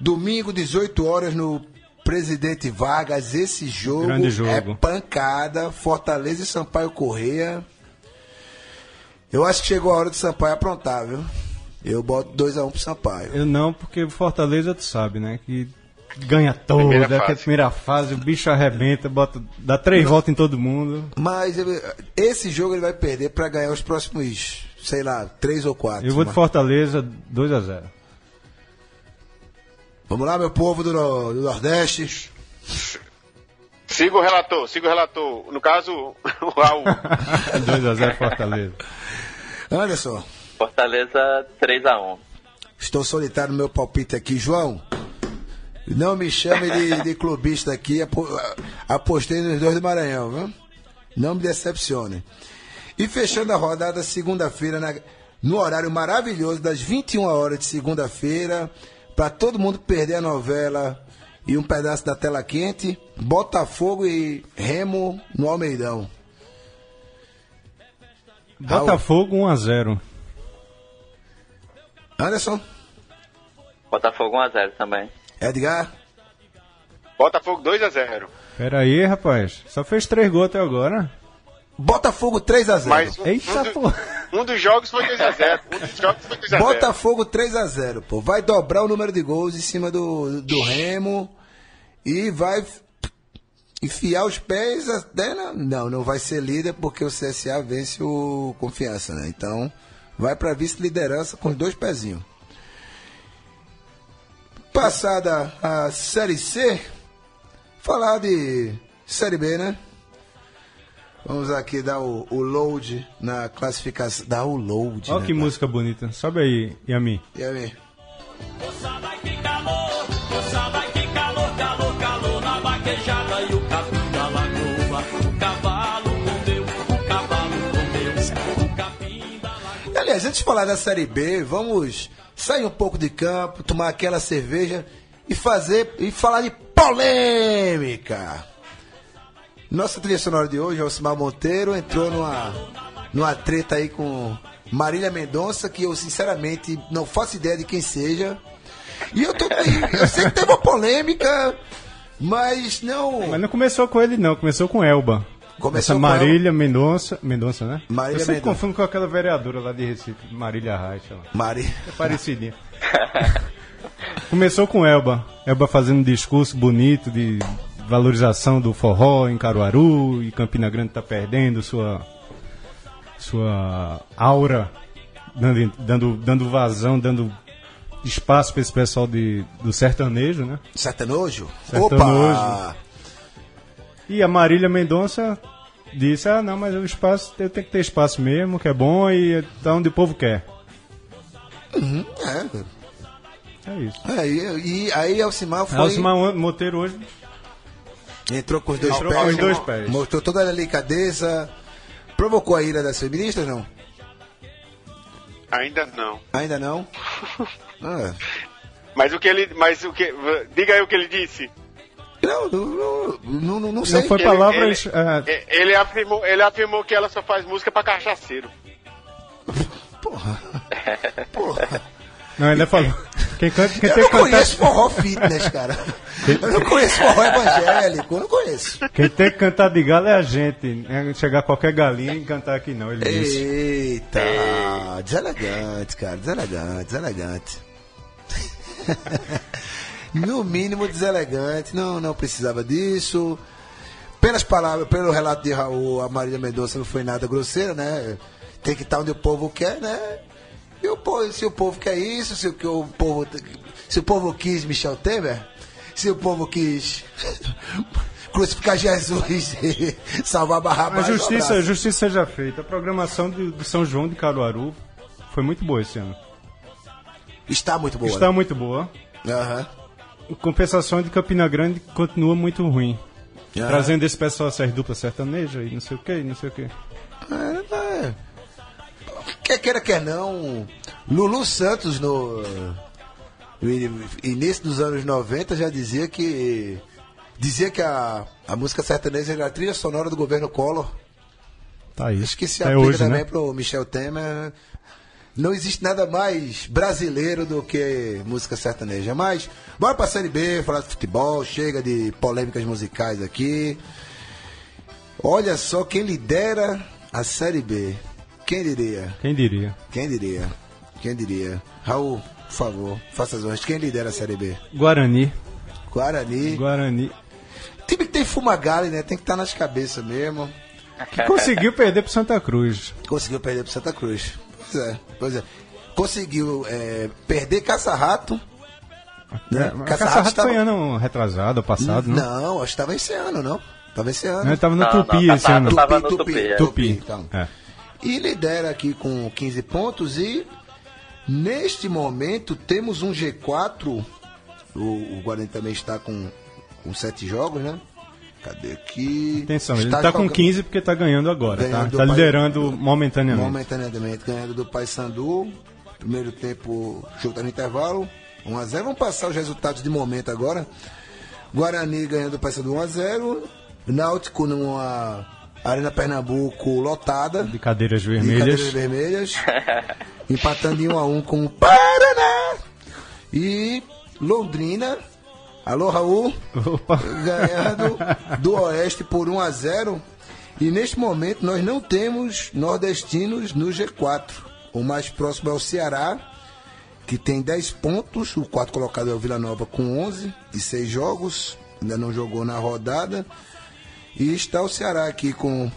S2: domingo, 18 horas, no Presidente Vargas. Esse jogo,
S3: Grande jogo.
S2: é pancada. Fortaleza e Sampaio Correia. Eu acho que chegou a hora do Sampaio aprontar, viu? Eu boto 2x1 pro Sampaio.
S3: Eu não, porque o Fortaleza tu sabe, né? Que ganha todo,
S4: Primeira
S3: é que a
S4: fase.
S3: primeira fase, o bicho arrebenta, bota, dá três voltas em todo mundo.
S2: Mas eu- esse jogo ele vai perder pra ganhar os próximos, sei lá, 3 ou 4.
S3: Eu vou de Fortaleza 2 a 0
S2: Vamos lá, meu povo do, no- do Nordeste.
S4: Siga o relator, siga o relator. No caso, o Raul.
S3: 2 a 0 Fortaleza.
S2: Anderson,
S5: Fortaleza 3x1.
S2: estou solitário no meu palpite aqui. João, não me chame de, de clubista aqui. apo- Apostei nos dois do Maranhão, viu? Não me decepcione. E fechando a rodada segunda-feira, na- no horário maravilhoso das 21 horas de segunda-feira, para todo mundo perder a novela e um pedaço da tela quente, Botafogo e Remo no Almeidão.
S3: Botafogo 1 a 0
S2: Anderson,
S5: Botafogo 1x0 também.
S2: Edgar,
S4: Botafogo 2x0.
S3: Pera aí, rapaz. Só fez três gols até agora.
S2: Botafogo 3 a 0
S4: Mas um, um
S3: Eita,
S4: do-
S3: porra.
S4: um dos jogos foi 2x0. Um dos jogos foi 2x0.
S2: Botafogo 3x0, pô. Vai dobrar o número de gols em cima do, do Remo e vai enfiar os pés até na... Não, não vai ser líder porque o CSA vence o Confiança, né? Então, vai pra vice-liderança com os dois pezinhos. Passada a Série C, falar de Série B, né? Vamos aqui dar o, o load na classificação. Dar o load.
S3: Ó
S2: né,
S3: que
S2: cara?
S3: música bonita. Sobe aí, Yami.
S2: E aí? Aliás, antes de falar da Série B, vamos sair um pouco de campo, tomar aquela cerveja e fazer e falar de polêmica. Nossa trilha sonora de hoje, Alcimar Monteiro, entrou numa, numa treta aí com Marília Mendonça, que eu sinceramente não faço ideia de quem seja. E eu, tô, eu sei que teve uma polêmica, Mas não.
S3: É, Mas não começou com ele, não. Começou com Elba.
S2: Começou
S3: Essa
S2: com
S3: Marília Mendonça. Mendonça, né?
S2: Marília
S3: Eu sempre
S2: Mendonça.
S3: confundo com aquela vereadora lá de Recife, Marília Raixa. lá.
S2: Mari.
S3: É parecidinha. começou com Elba. Elba fazendo um discurso bonito de valorização do forró em Caruaru e Campina Grande tá perdendo sua sua aura, dando, dando, dando vazão, dando espaço para esse pessoal de, do sertanejo, né?
S2: Sertanojo?
S3: Sertanojo.
S2: Opa!
S3: E a Marília Mendonça disse: Ah, não, mas o espaço, eu tenho que ter espaço mesmo, que é bom e tá onde o povo quer.
S2: É.
S3: É isso.
S2: Aí, e aí Alcimar foi.
S3: Alcimar Monteiro hoje
S2: Entrou com os dois
S3: Entrou
S2: pés.
S3: com os dois pés.
S2: Mostrou toda a delicadeza. Provocou a ira das feministas, não?
S4: Ainda não.
S2: Ainda não? Ah.
S4: Mas o que ele. Mas o que. Diga aí o que ele disse.
S2: Não, não, não, não, não, não sei.
S3: não foi
S4: Ele-
S3: palavras.
S4: ele-
S3: ah,
S4: E- Ele afirmou, ele afirmou que ela só faz música pra cachaceiro.
S2: Porra. Porra.
S3: não, ainda falou. Quem, canta, quem,
S2: Eu
S3: tem
S2: não
S3: que cantar,
S2: conheço forró fitness, cara. Eu não conheço forró evangélico. Eu não conheço.
S3: quem tem que cantar de galo é a gente. né? chegar qualquer galinha e cantar aqui não. Ele disse. É.
S2: Eita. Deselegante, cara. Deselegante, deselegante. No mínimo deselegante. Não, não precisava disso. Pelas palavras, pelo relato de Raul, a Marília Mendonça não foi nada grosseira, né? Tem que estar onde o povo quer, né? E o povo, se o povo quer isso, se o, que o povo se o povo quis Michel Temer, se o povo quis crucificar Jesus e salvar
S3: A
S2: Barrabás. um
S3: justiça, é
S2: abraço.
S3: a justiça seja feita. A programação de, de São João de Caruaru foi muito boa esse ano.
S2: está muito boa.
S3: Está
S2: né?
S3: muito boa.
S2: Aham.
S3: A compensação de Campina Grande continua muito ruim.
S2: Aham.
S3: Trazendo esse pessoal, essas duplas sertanejas e não sei o que, não sei o que.
S2: É, é. Quer queira, quer não. Lulu Santos, no no in- início dos anos 90, já dizia que. Dizia que a, a música sertaneja era a trilha sonora do governo Collor.
S3: Tá aí.
S2: Acho que é se
S3: Até
S2: aplica
S3: hoje,
S2: também
S3: né?
S2: pro Michel Temer. Não existe nada mais brasileiro do que música sertaneja. Mas, bora pra Série B, falar de futebol, chega de polêmicas musicais aqui. Olha só quem lidera a Série B. Quem diria?
S3: Quem diria?
S2: Quem diria? Quem diria? Raul, por favor, faça as honras. Quem lidera a Série B?
S3: Guarani.
S2: Guarani.
S3: Guarani.
S2: Time que tem fumagalli, né? Tem que estar nas cabeças mesmo.
S3: Que conseguiu perder pro Santa Cruz.
S2: Conseguiu perder pro Santa Cruz. Pois é, pois é. Conseguiu é, perder Caça-Rato.
S3: É,
S2: Né? Caça-Rato
S3: mas Caça Rato
S2: estava-
S3: foi ano retrasado, passado, não?
S2: Não, acho que tava esse ano, não. Tava esse ano.
S3: Não, ele Né, tava no
S5: Não,
S3: Tupi
S5: não,
S3: esse
S5: tá-
S3: ano.
S5: tá- Tava no Tupi, é.
S3: Tupi.
S2: então.
S3: É.
S2: E lidera aqui com 15 pontos e neste momento temos um G4. O, o Guarani também está com, com 7 jogos, né? Cadê aqui?
S3: Atenção, ele
S2: Está
S3: tá com
S2: jogando-
S3: 15 porque tá ganhando agora,
S2: Ganhando do
S3: tá? Tá
S2: Bahia.
S3: liderando momentaneamente.
S2: momentaneamente ganhando do Paysandu. Primeiro tempo, jogo tá no intervalo. 1x0. Vamos passar os resultados de momento agora. Guarani ganhando do Paysandu 1x0. Náutico numa Arena Pernambuco lotada.
S3: De cadeiras
S2: de
S3: vermelhas.
S2: cadeiras vermelhas. empatando em 1x1 com o Paraná. E Londrina. Alô, Raul
S3: Opa.
S2: ganhando do Oeste por 1 a 0 e neste momento nós não temos nordestinos no G4. O mais próximo é o Ceará, que tem 10 pontos, o quarto colocado é o Vila Nova com 11 e 6 jogos, ainda não jogou na rodada. E está o Ceará aqui com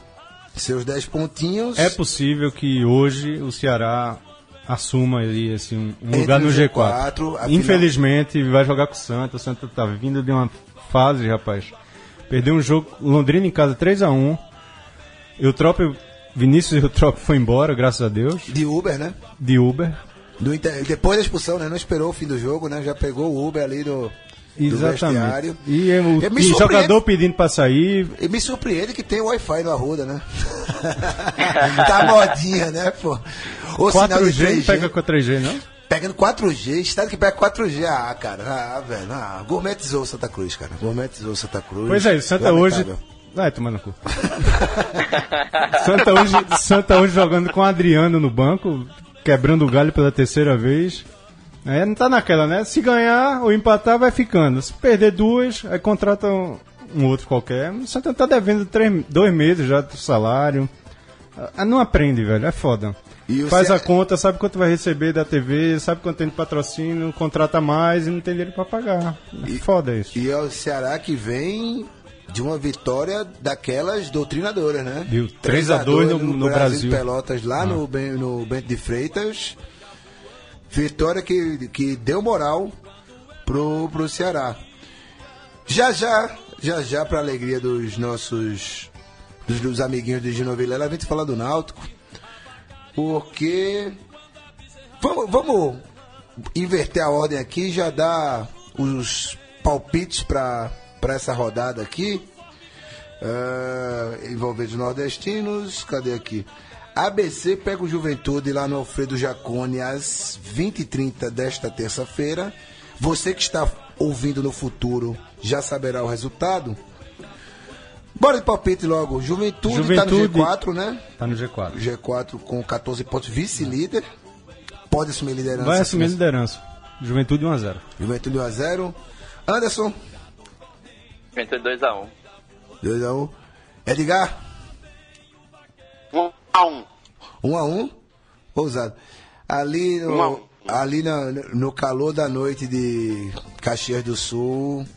S2: seus 10 pontinhos.
S3: É possível que hoje o Ceará assuma ali esse um, um
S2: Entre
S3: lugar no
S2: o
S3: G4.
S2: G4, afinal-
S3: Infelizmente vai jogar com o Santa. O Santa tá vindo de uma fase, rapaz. Perdeu um jogo Londrina em casa 3 a 1. Eutrópio Vinícius Eutrópio foi embora, graças a Deus,
S2: de Uber, né?
S3: de Uber.
S2: Do Inter- Depois da expulsão, né? Não esperou o fim do jogo, né? Já pegou o Uber ali do, do
S3: Exatamente.
S2: vestiário.
S3: E é o
S2: Eu me
S3: e
S2: surpreendo-
S3: jogador pedindo pra sair,
S2: E me surpreende que tem Wi-Fi no Arruda, né? tá modinha, né, pô? Ou sinal de
S3: 4G, não
S2: 3G.
S3: pega com a 3G, não?
S2: Pegando 4G, estado que pega 4G. Ah, cara, ah, velho. Ah, gourmetizou o Santa Cruz, cara. Gourmetizou o Santa Cruz.
S3: Pois é, o Santa hoje.
S2: Lamentável.
S3: Vai tomar no cu. Santa, hoje, Santa hoje jogando com o Adriano no banco, quebrando o galho pela terceira vez. É, não tá naquela, né? Se ganhar ou empatar, vai ficando. Se perder duas, aí contrata um, um outro qualquer. O Santa tá devendo três, dois meses já do salário. Ah, não aprende, velho. É foda.
S2: E o
S3: Faz
S2: Ce-
S3: a conta, sabe quanto vai receber da TV, sabe quanto tem de patrocínio, contrata mais e não tem dinheiro pra pagar. É foda isso.
S2: E é o Ceará que vem de uma vitória daquelas doutrinadoras, né?
S3: Viu?
S2: 3
S3: 3 a 2 no- no Brasil. Ah.
S2: Pelotas, lá no, Ben- no Bento de Freitas. Vitória que, que deu moral pro, pro Ceará. Já já, já já, pra alegria dos nossos dos, dos amiguinhos de Gino Vilela, a gente falar do Náutico. Porque Vamos, vamos inverter a ordem aqui e já dar os palpites para essa rodada aqui. envolvendo envolvendo nordestinos, cadê aqui? ABC pega o Juventude lá no Alfredo Jacone às 20h30 desta terça-feira. Você que está ouvindo no futuro já saberá o resultado. Bora de palpite logo. Juventude,
S3: Juventude.
S2: tá no G4, né?
S3: Tá no G4.
S2: G4 com 14 pontos, vice-líder. Pode assumir a liderança.
S3: Vai assumir a liderança. Juventude 1x0.
S2: Juventude 1x0. Anderson,
S5: Juventude 2x1.
S2: 2x1. Edgar,
S4: Um a um.
S2: 1x1. Ousado. Ali, no,
S4: Um a um.
S2: ali na- no calor da noite de Caxias do Sul.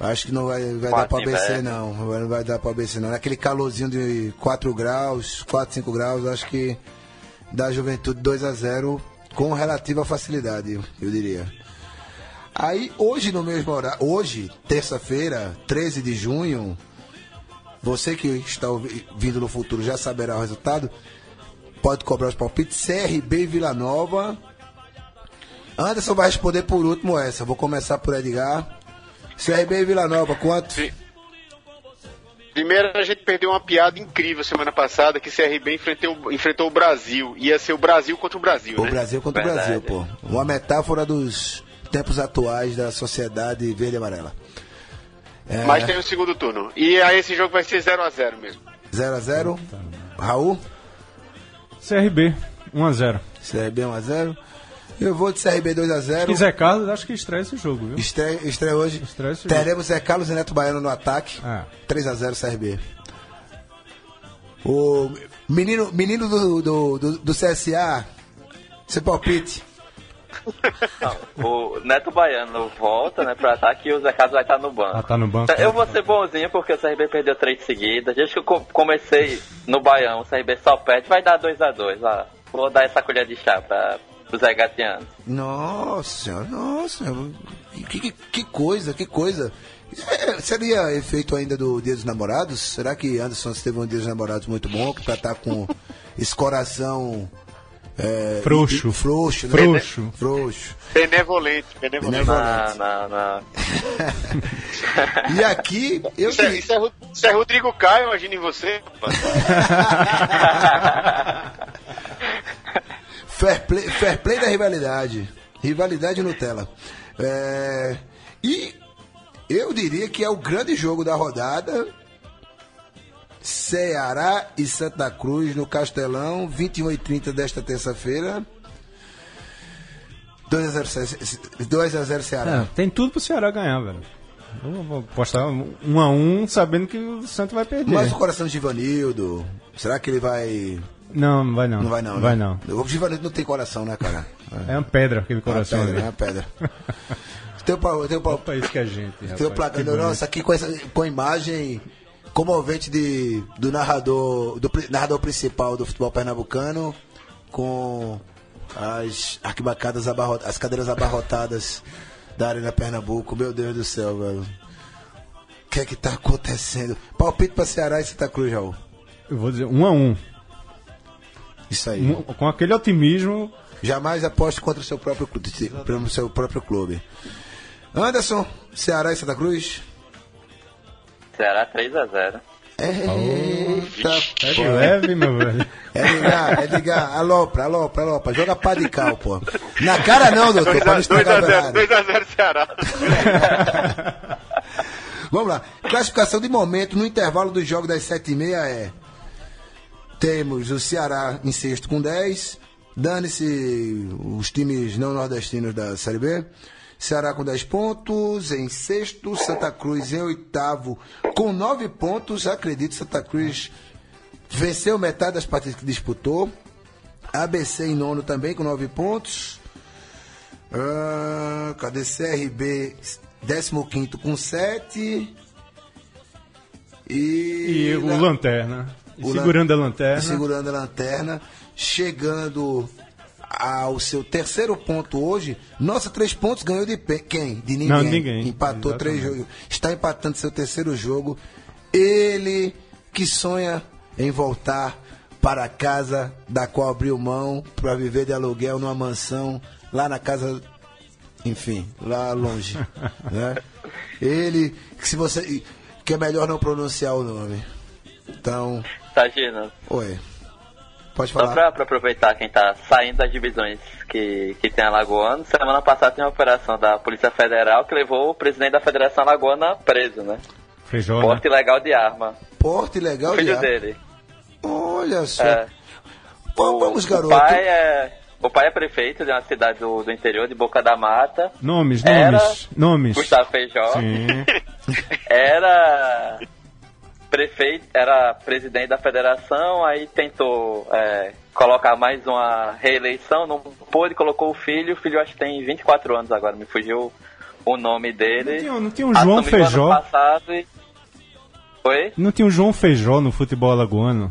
S2: Acho que não vai, vai dar pra
S5: Quatro e
S2: ABC,
S5: meia.
S2: não. Vai- Não vai dar pra ABC, não. Aquele calorzinho de 4 graus, 4, 5 graus, acho que da juventude 2x0 com relativa facilidade, eu diria. Aí, hoje, no mesmo horário, hoje, terça-feira, 13 de junho, você que está ouvi- vindo no futuro já saberá o resultado. Pode cobrar os palpites. CRB e Vila Nova. Anderson vai responder por último essa. Vou começar por Edgar. CRB e é Vila Nova, quanto?
S4: Sim. Primeiro, a gente perdeu uma piada incrível semana passada que CRB enfrentou, enfrentou o Brasil. Ia ser o Brasil contra o Brasil,
S2: O
S4: né?
S2: Brasil contra o
S5: Verdade.
S2: Brasil, pô. Uma metáfora dos tempos atuais da sociedade verde e amarela. é.
S4: Mas tem o segundo turno. E aí esse jogo vai ser 0x0 mesmo.
S2: 0x0. Raul,
S3: CRB 1x0.
S2: CRB 1x0. Eu vou de CRB 2x0.
S3: E Zé Carlos, acho que estreia esse jogo, viu?
S2: Estreia, estreia hoje.
S3: Estreia esse jogo.
S2: Teremos Zé Carlos e Neto Baiano no ataque.
S3: Ah.
S2: 3x0 CRB. O menino, menino do, do, do, do CSA, seu palpite.
S5: O Neto Baiano volta, né, pra ataque e o Zé Carlos vai estar no banco.
S3: Ah, tá no
S2: É,
S3: banco.
S5: Eu vou ser bonzinho porque o CRB perdeu três seguidas. Desde que eu co- comecei no Baião, o CRB só perde, vai dar 2x2 lá. Ah, Vou dar essa colher de chá pra, pro Zé Gatiano.
S2: Nossa, senhora, nossa, que, que, que coisa, que coisa. É, seria efeito ainda do Dia dos Namorados? Será que Anderson teve um Dia dos Namorados muito bom que pra estar com esse coração é,
S3: Frouxo.
S2: e- e frouxo, né?
S3: Frouxo.
S2: frouxo.
S4: Benevolente, benevolente.
S5: Não, não, não.
S2: E aqui eu
S4: Isso é,
S2: que-
S4: isso, é, Ru- isso é Rodrigo Caio, imagine você. rapaz.
S2: Fair play, fair play da rivalidade. Rivalidade Nutella. É, e eu diria que é o grande jogo da rodada. Ceará e Santa Cruz no Castelão, 21 h 30 desta terça-feira. 2x0 Ceará.
S3: É, tem tudo pro Ceará ganhar, velho. Eu vou apostar um a um, sabendo que o Santos vai perder.
S2: Mas o coração de Givanildo, será que ele vai.
S3: Não, não vai não.
S2: Não vai, não.
S3: Vai
S2: né?
S3: não.
S2: O Givanildo não tem coração, né, cara?
S3: É uma pedra aquele coração né?
S2: é
S3: ali.
S2: uma pedra. É uma pedra. Teu pau- teu pau-
S3: Opa, isso que a gente.
S2: Tem o
S3: É, rapaz,
S2: placar,
S3: que bonito.
S2: nossa, aqui com, essa, com a imagem comovente de, do narrador, do pri- narrador principal do futebol pernambucano, com as arquibancadas abarrotadas, as cadeiras abarrotadas da Arena Pernambuco. Meu Deus do céu, velho. O que é que tá acontecendo? Palpite pra Ceará e Santa Cruz, Raul.
S3: Eu vou dizer um a um.
S2: Isso aí.
S3: Um- Com aquele otimismo,
S2: Jamais aposte contra o seu próprio, clu- se- pelo seu próprio clube. Anderson, Ceará e Santa Cruz?
S5: Ceará 3x0.
S2: Eita,
S3: é
S2: porra.
S3: leve, meu velho.
S2: É ligar, é ligar. Alopra, alopra, alopra. Joga pá de cal, pô. Na cara não, doutor, pra não estragar a
S4: 2x0,
S2: velada.
S4: 2x0 Ceará.
S2: Vamos lá. Classificação de momento no intervalo dos jogos das 7h30 é... Temos o Ceará em sexto com 10, Dane-se os times não nordestinos da Série B. Ceará com 10 pontos, em sexto, Santa Cruz em oitavo, com 9 pontos. Acredito, Santa Cruz venceu metade das partidas que disputou. ABC em nono também, com 9 pontos. Ah, cadê CRB? 15 com 7. E,
S3: E, o
S2: na-
S3: Lanterna. E
S2: O lan-
S3: segurando a lanterna.
S2: segurando a lanterna, chegando ao seu terceiro ponto hoje. Nossa, três pontos ganhou de pe- quem? De ninguém.
S3: Não, de ninguém.
S2: Empatou
S3: Exatamente.
S2: três jogos. Está empatando seu terceiro jogo. Ele que sonha em voltar para a casa da qual abriu mão para viver de aluguel numa mansão lá na casa enfim, lá longe, né? Ele, que se você que é melhor não pronunciar o nome. Então,
S5: Sagino,
S2: Oi. Pode
S5: Tá, só
S2: falar.
S5: pra, pra aproveitar quem tá saindo das divisões que, que tem Alagoano, semana passada tem uma operação da Polícia Federal que levou o presidente da Federação Alagoana preso, né?
S3: Feijola.
S5: Porte ilegal de arma.
S2: Porte legal
S5: O filho
S2: de ar.
S5: dele.
S2: Olha só.
S5: É.
S2: Pô, vamos,
S5: O
S2: garoto.
S5: pai é, o pai é prefeito de uma cidade do, do interior, de Boca da Mata.
S3: Nomes,
S5: Era-
S3: nomes, nomes.
S5: Gustavo Feijó.
S3: Sim.
S5: Era prefeito, era presidente da federação, aí tentou é, colocar mais uma reeleição, não pôde, colocou o filho. O filho acho que tem 24 anos agora, me fugiu o nome
S3: Não
S5: dele.
S3: tinha, não tinha um
S5: Assumiu
S3: João
S5: ano
S3: Feijó.
S5: Passado e... Oi?
S3: Não tinha um João Feijó no futebol alagoano.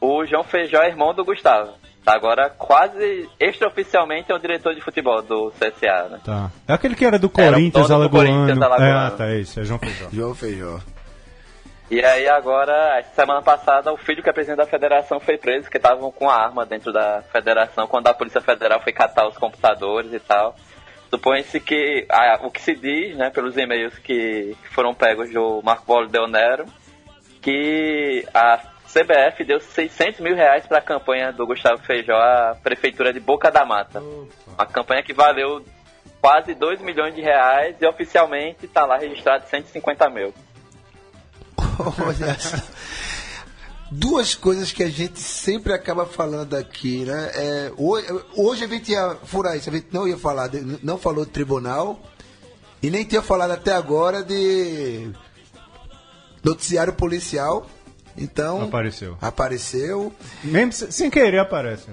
S5: O João Feijó é irmão do Gustavo. Tá Agora, quase extraoficialmente, é o diretor de futebol do CSA, né?
S3: Tá. É aquele que era do
S5: Era o dono
S3: Corinthians
S5: do
S3: alagoano.
S5: Corinthians
S3: é,
S5: alagoano.
S3: ah, tá, é isso. É João Feijó.
S2: João Feijó.
S5: E aí agora, essa semana passada, o filho que é presidente da federação foi preso, que estavam com a arma dentro da federação, quando a Polícia Federal foi catar os computadores e tal. Supõe-se que ah, o que se diz, né, pelos e-mails que foram pegos do Marco Polo Deonero, que a CBF deu 600 mil reais para a campanha do Gustavo Feijó à Prefeitura de Boca da Mata. Uma campanha que valeu quase 2 milhões de reais e oficialmente está lá registrado 150 mil.
S2: Olha só. Duas coisas que a gente sempre acaba falando aqui, né? É, hoje, hoje a gente ia furar isso, a gente não ia falar, de- não falou de tribunal e nem tinha falado até agora de noticiário policial. Então.
S3: Apareceu.
S2: Apareceu.
S3: Mesmo se- sem querer aparece.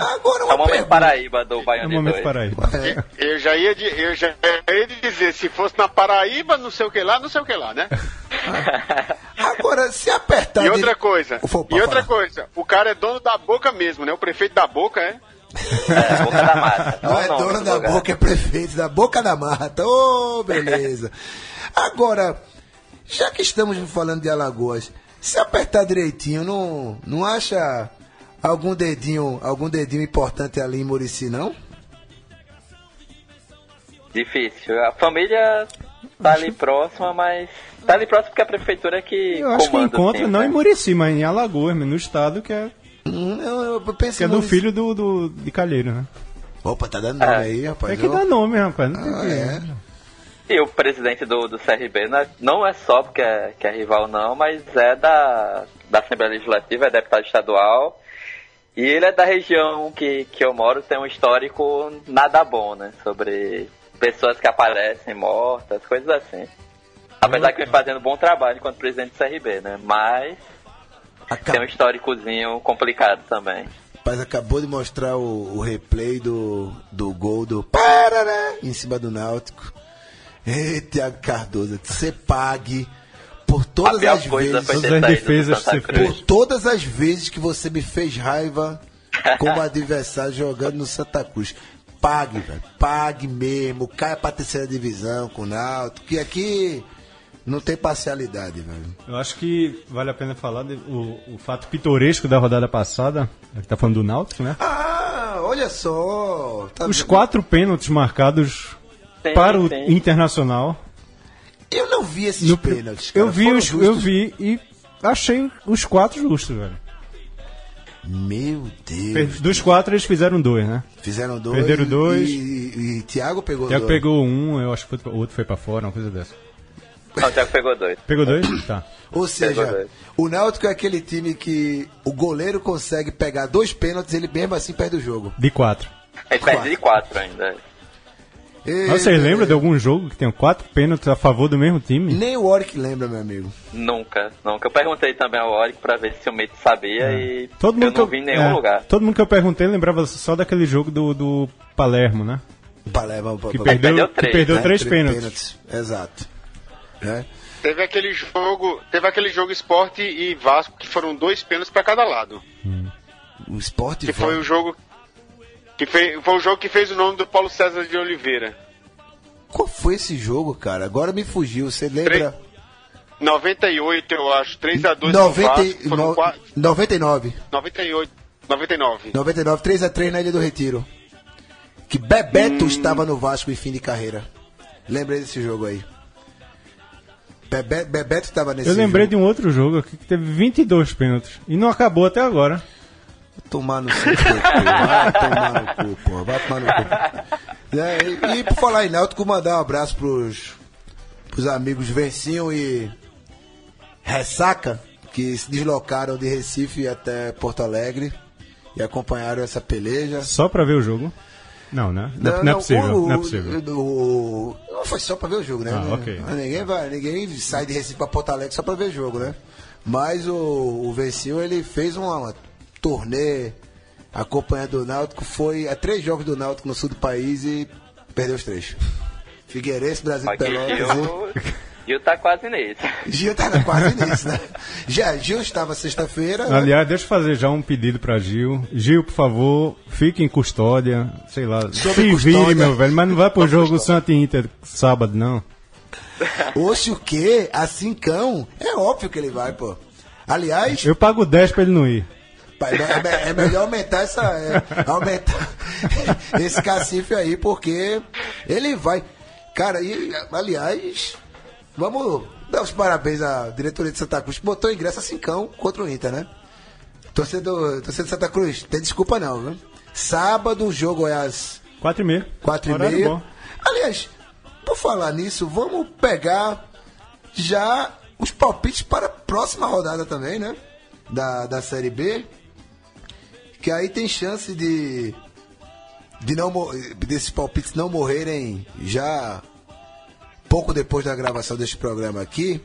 S2: Agora
S5: É o
S2: uma
S5: momento
S2: pergunta.
S5: Paraíba do
S3: É
S5: Baiano
S3: o
S5: de
S3: momento
S5: dois.
S3: para aí.
S2: É,
S4: Eu já, ia, di- eu já ia dizer, se fosse na Paraíba, não sei o que lá, não sei o que lá, né?
S2: Agora, se apertar.
S4: E
S2: Tá de-
S4: outra coisa,
S2: Foi, pá,
S4: e outra
S2: fala.
S4: coisa, o cara é dono da boca mesmo, né? O prefeito da boca, é?
S5: É, Boca da Mata.
S2: Não é
S5: o nome
S2: dono
S5: do
S2: da
S5: lugar.
S2: boca, é prefeito da boca da mata. Ô, beleza. Agora, já que estamos falando de Alagoas, se apertar direitinho, não, não acha algum dedinho, algum dedinho importante ali em Murici, não?
S5: Difícil. A família tá ali próxima, mas. Tá ali próximo porque a prefeitura é que.
S3: Eu acho que
S5: comanda,
S3: encontra,
S5: assim,
S3: não
S5: né?
S3: em Murici, mas em Alagoas, mas no estado que é,
S2: Hum, Eu, eu penso
S3: que é
S2: em
S3: do
S2: Murici.
S3: filho do, do- de Calheiro, né?
S2: Opa, tá dando nome
S5: É.
S2: aí, rapaz.
S3: Tem que
S2: Ô,
S3: dar nome, rapaz. Não tem
S2: ah,
S3: que-
S2: é.
S5: E o presidente do, do CRB não é, não é só porque é, que é rival, não, mas é da, da Assembleia Legislativa, é deputado estadual. E ele é da região que, que eu moro, tem um histórico nada bom, né? Sobre pessoas que aparecem mortas, coisas assim. Apesar que vem fazendo bom trabalho enquanto presidente do CRB, né? Mas tem um
S2: Acab-
S5: históricozinho complicado também.
S2: Rapaz, acabou de mostrar o, o replay do, do gol do Parará em cima do Náutico. Ei, Thiago Cardoso, que você pague por
S5: A
S2: todas
S5: pior
S2: as
S5: coisa
S2: vezes.
S5: foi ter
S3: todas as
S5: saído do
S3: defesas que você
S5: Santa
S3: fez.
S5: Cruz.
S2: Por todas as vezes que você me fez raiva como adversário jogando no Santa Cruz. Pague, velho. Pague mesmo. Caia pra terceira divisão com o Náutico. Que aqui não tem parcialidade, velho.
S3: Eu acho que vale a pena falar de- o, o fato pitoresco da rodada passada, já que tá falando do Náutico, né?
S2: Ah, olha só. Tá
S3: Os
S2: vendo?
S3: quatro pênaltis marcados
S5: Sim,
S3: para o
S5: sim.
S3: Internacional.
S2: Eu não vi esses
S3: No-
S2: pênaltis. cara.
S3: eu vi,
S2: Foram
S3: os,
S2: justos?
S3: eu vi e achei os quatro justos, velho.
S2: Meu Deus.
S3: Per- Dos quatro eles fizeram dois, né?
S2: Fizeram dois.
S3: Perderam
S2: e-
S3: dois.
S2: E, e, Thiago pegou
S3: Tiago
S2: dois.
S3: pegou um, eu acho que foi- o outro foi pra fora, uma coisa dessa.
S5: Não, o Thiago pegou dois.
S3: Pegou dois? Tá.
S2: Ou seja,
S5: verdade.
S2: o Náutico é aquele time que o goleiro consegue pegar dois pênaltis, ele mesmo assim perde o jogo.
S3: De quatro.
S5: A gente perde de quatro ainda.
S2: E-
S3: Mas Ah, vocês lembram de algum jogo que tenha quatro pênaltis a favor do mesmo time?
S2: Nem o Oric lembra, meu amigo.
S5: Nunca, nunca. Eu perguntei também ao Oric pra ver se o Mito sabia e
S3: É. Todo mundo
S5: eu
S3: que
S5: não vi em nenhum
S3: é,
S5: lugar.
S3: Todo mundo que eu perguntei lembrava só daquele jogo do, do Palermo, né?
S2: Palermo,
S3: Que
S5: perdeu
S3: perdeu, que
S5: três,
S3: perdeu
S5: né?
S3: três pênaltis.
S2: Exato. Né?
S4: Teve aquele jogo, teve aquele jogo esporte e Vasco que foram dois pênaltis pra cada lado.
S2: O esporte
S4: Que foi
S2: vai-
S4: o jogo que fez, foi o jogo que fez o nome do Paulo César de Oliveira.
S2: Qual foi esse jogo, cara? Agora me fugiu. Você lembra?
S4: 98, eu acho, 3 a 2
S2: 90 e
S4: Vasco, foram
S2: no-
S4: 4,
S2: 99.
S4: 98, 99.
S2: 99, 3x3 na Ilha do Retiro. Que Bebeto estava no Vasco em fim de carreira. Lembrei desse jogo aí. Bebe- Bebeto estava nesse
S3: Eu lembrei
S2: jogo.
S3: de um outro jogo aqui que teve 22 pênaltis. E não acabou até agora. um-
S2: Tomar no cu, Vai tomar no cu, pô. Vai tomar no cu. É, E, e por falar em Náutico, mandar um abraço pros, pros amigos Vencinho e Ressaca, que se deslocaram de Recife até Porto Alegre e acompanharam essa peleja.
S3: Só pra ver o jogo. Não, né? Não, é- não é possível.
S2: o-
S3: não é possível.
S2: o- não, foi só pra ver o jogo, né?
S3: Ah, ok.
S2: Mas Ninguém, vai, ninguém sai de Recife pra Porto Alegre só pra ver jogo, né? Mas o, o Vencil, ele fez uma, uma turnê acompanhando o Náutico, foi a três jogos do Náutico no sul do país e perdeu os três. Figueirense, Brasil de
S5: Aqui
S2: Pelotas e...
S5: Gil, Gil tá quase nesse.
S2: Gil tava quase nisso, né? Já, Gil estava sexta-feira... né?
S3: Aliás, deixa eu fazer já um pedido pra Gil. Gil, por favor, fique em custódia. Sei lá, se vire,
S2: custódia.
S3: meu velho. Mas não vai pro jogo Santa e Inter sábado, não.
S2: Oxe, o quê? Assim, cão? É óbvio que ele vai, pô. Aliás...
S3: Eu pago 10 pra ele não ir.
S2: Pai, é, me- é melhor aumentar essa. é, aumentar esse cacife aí, porque ele vai. Cara, e aliás, vamos dar os parabéns à diretoria de Santa Cruz, que botou ingresso a cincão contra o Inter, né? Torcedor, torcedor de Santa Cruz, tem desculpa não, viu? Sábado o jogo é às
S3: 4 e meia.
S2: 4 e
S3: Horário
S2: meia.
S3: bom.
S2: Aliás, por falar nisso, vamos pegar já os palpites para a próxima rodada também, né? Da, da Série B. Que aí tem chance de. de não mo- desses palpites não morrerem já pouco depois da gravação deste programa aqui.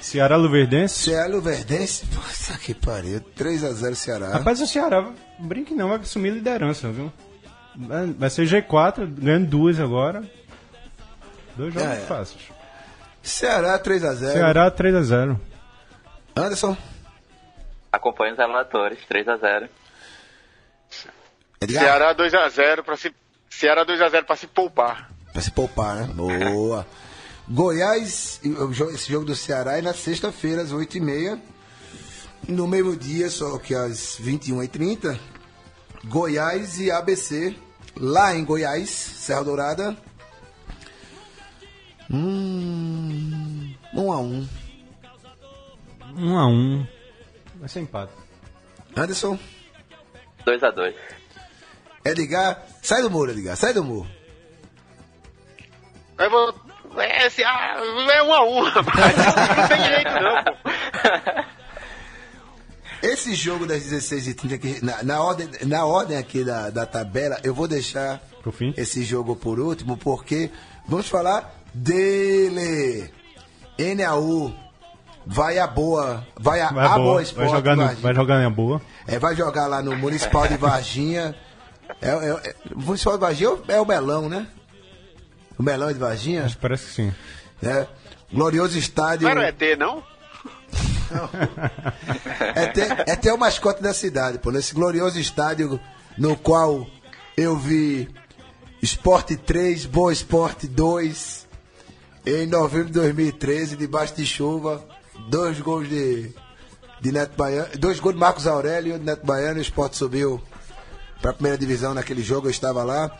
S3: Ceará Luverdense.
S2: Ceará Verdense, puta que pariu, 3x0 Ceará.
S3: Rapaz, o Ceará, brinque não, vai assumir liderança, viu? Vai vai ser G4, ganhando duas agora. Dois jogos
S2: É.
S3: fáceis.
S2: Ceará 3x0.
S3: Ceará 3x0.
S2: Anderson.
S5: Acompanha os relatores, 3x0.
S2: Edgar.
S4: Ceará 2 a 0 para se Ceará 2 a 0 para se poupar.
S2: Pra se poupar, né? Boa. Goiás, o jo- esse jogo do Ceará é na sexta-feira, às 8h30. No meio-dia, só que às 21h30. Goiás e ABC, lá em Goiás, Serra Dourada. Hum. 1 um a 1 um.
S3: 1x1. Vai ser empate.
S2: Anderson,
S5: 2x2.
S2: Edgar, sai do muro, Edgar, sai do muro.
S4: Aí eu vou é, esse, ah, é um a um, rapaz. Não tem jeito não. pô.
S2: Esse jogo das 16h30, que na, na ordem, na ordem aqui da, da tabela, eu vou deixar
S3: Pro fim?
S2: esse jogo por último, porque vamos falar dele. NAU vai a boa, vai a,
S3: Vai,
S2: a Ah, boa,
S3: boa, vai,
S2: Esporte
S3: jogar no,
S2: Varginha.
S3: vai jogar na boa.
S2: É, vai jogar lá no Municipal de Varginha. É, é- é- o Municipal de Varginha é o- é o Melão, né? O Melão de Varginha,
S3: Mas parece que sim.
S2: né? Glorioso estádio.
S4: Não era o ET não?
S2: É até, é até o mascote da cidade, pô. Nesse glorioso estádio no qual eu vi Esporte 3, Boa Esporte 2, em novembro de 2013, debaixo de chuva, dois gols de, de Neto Baiano, dois gols de Marcos Aurélio e um de Neto Baiano, o Esporte subiu para a primeira divisão naquele jogo, eu estava lá.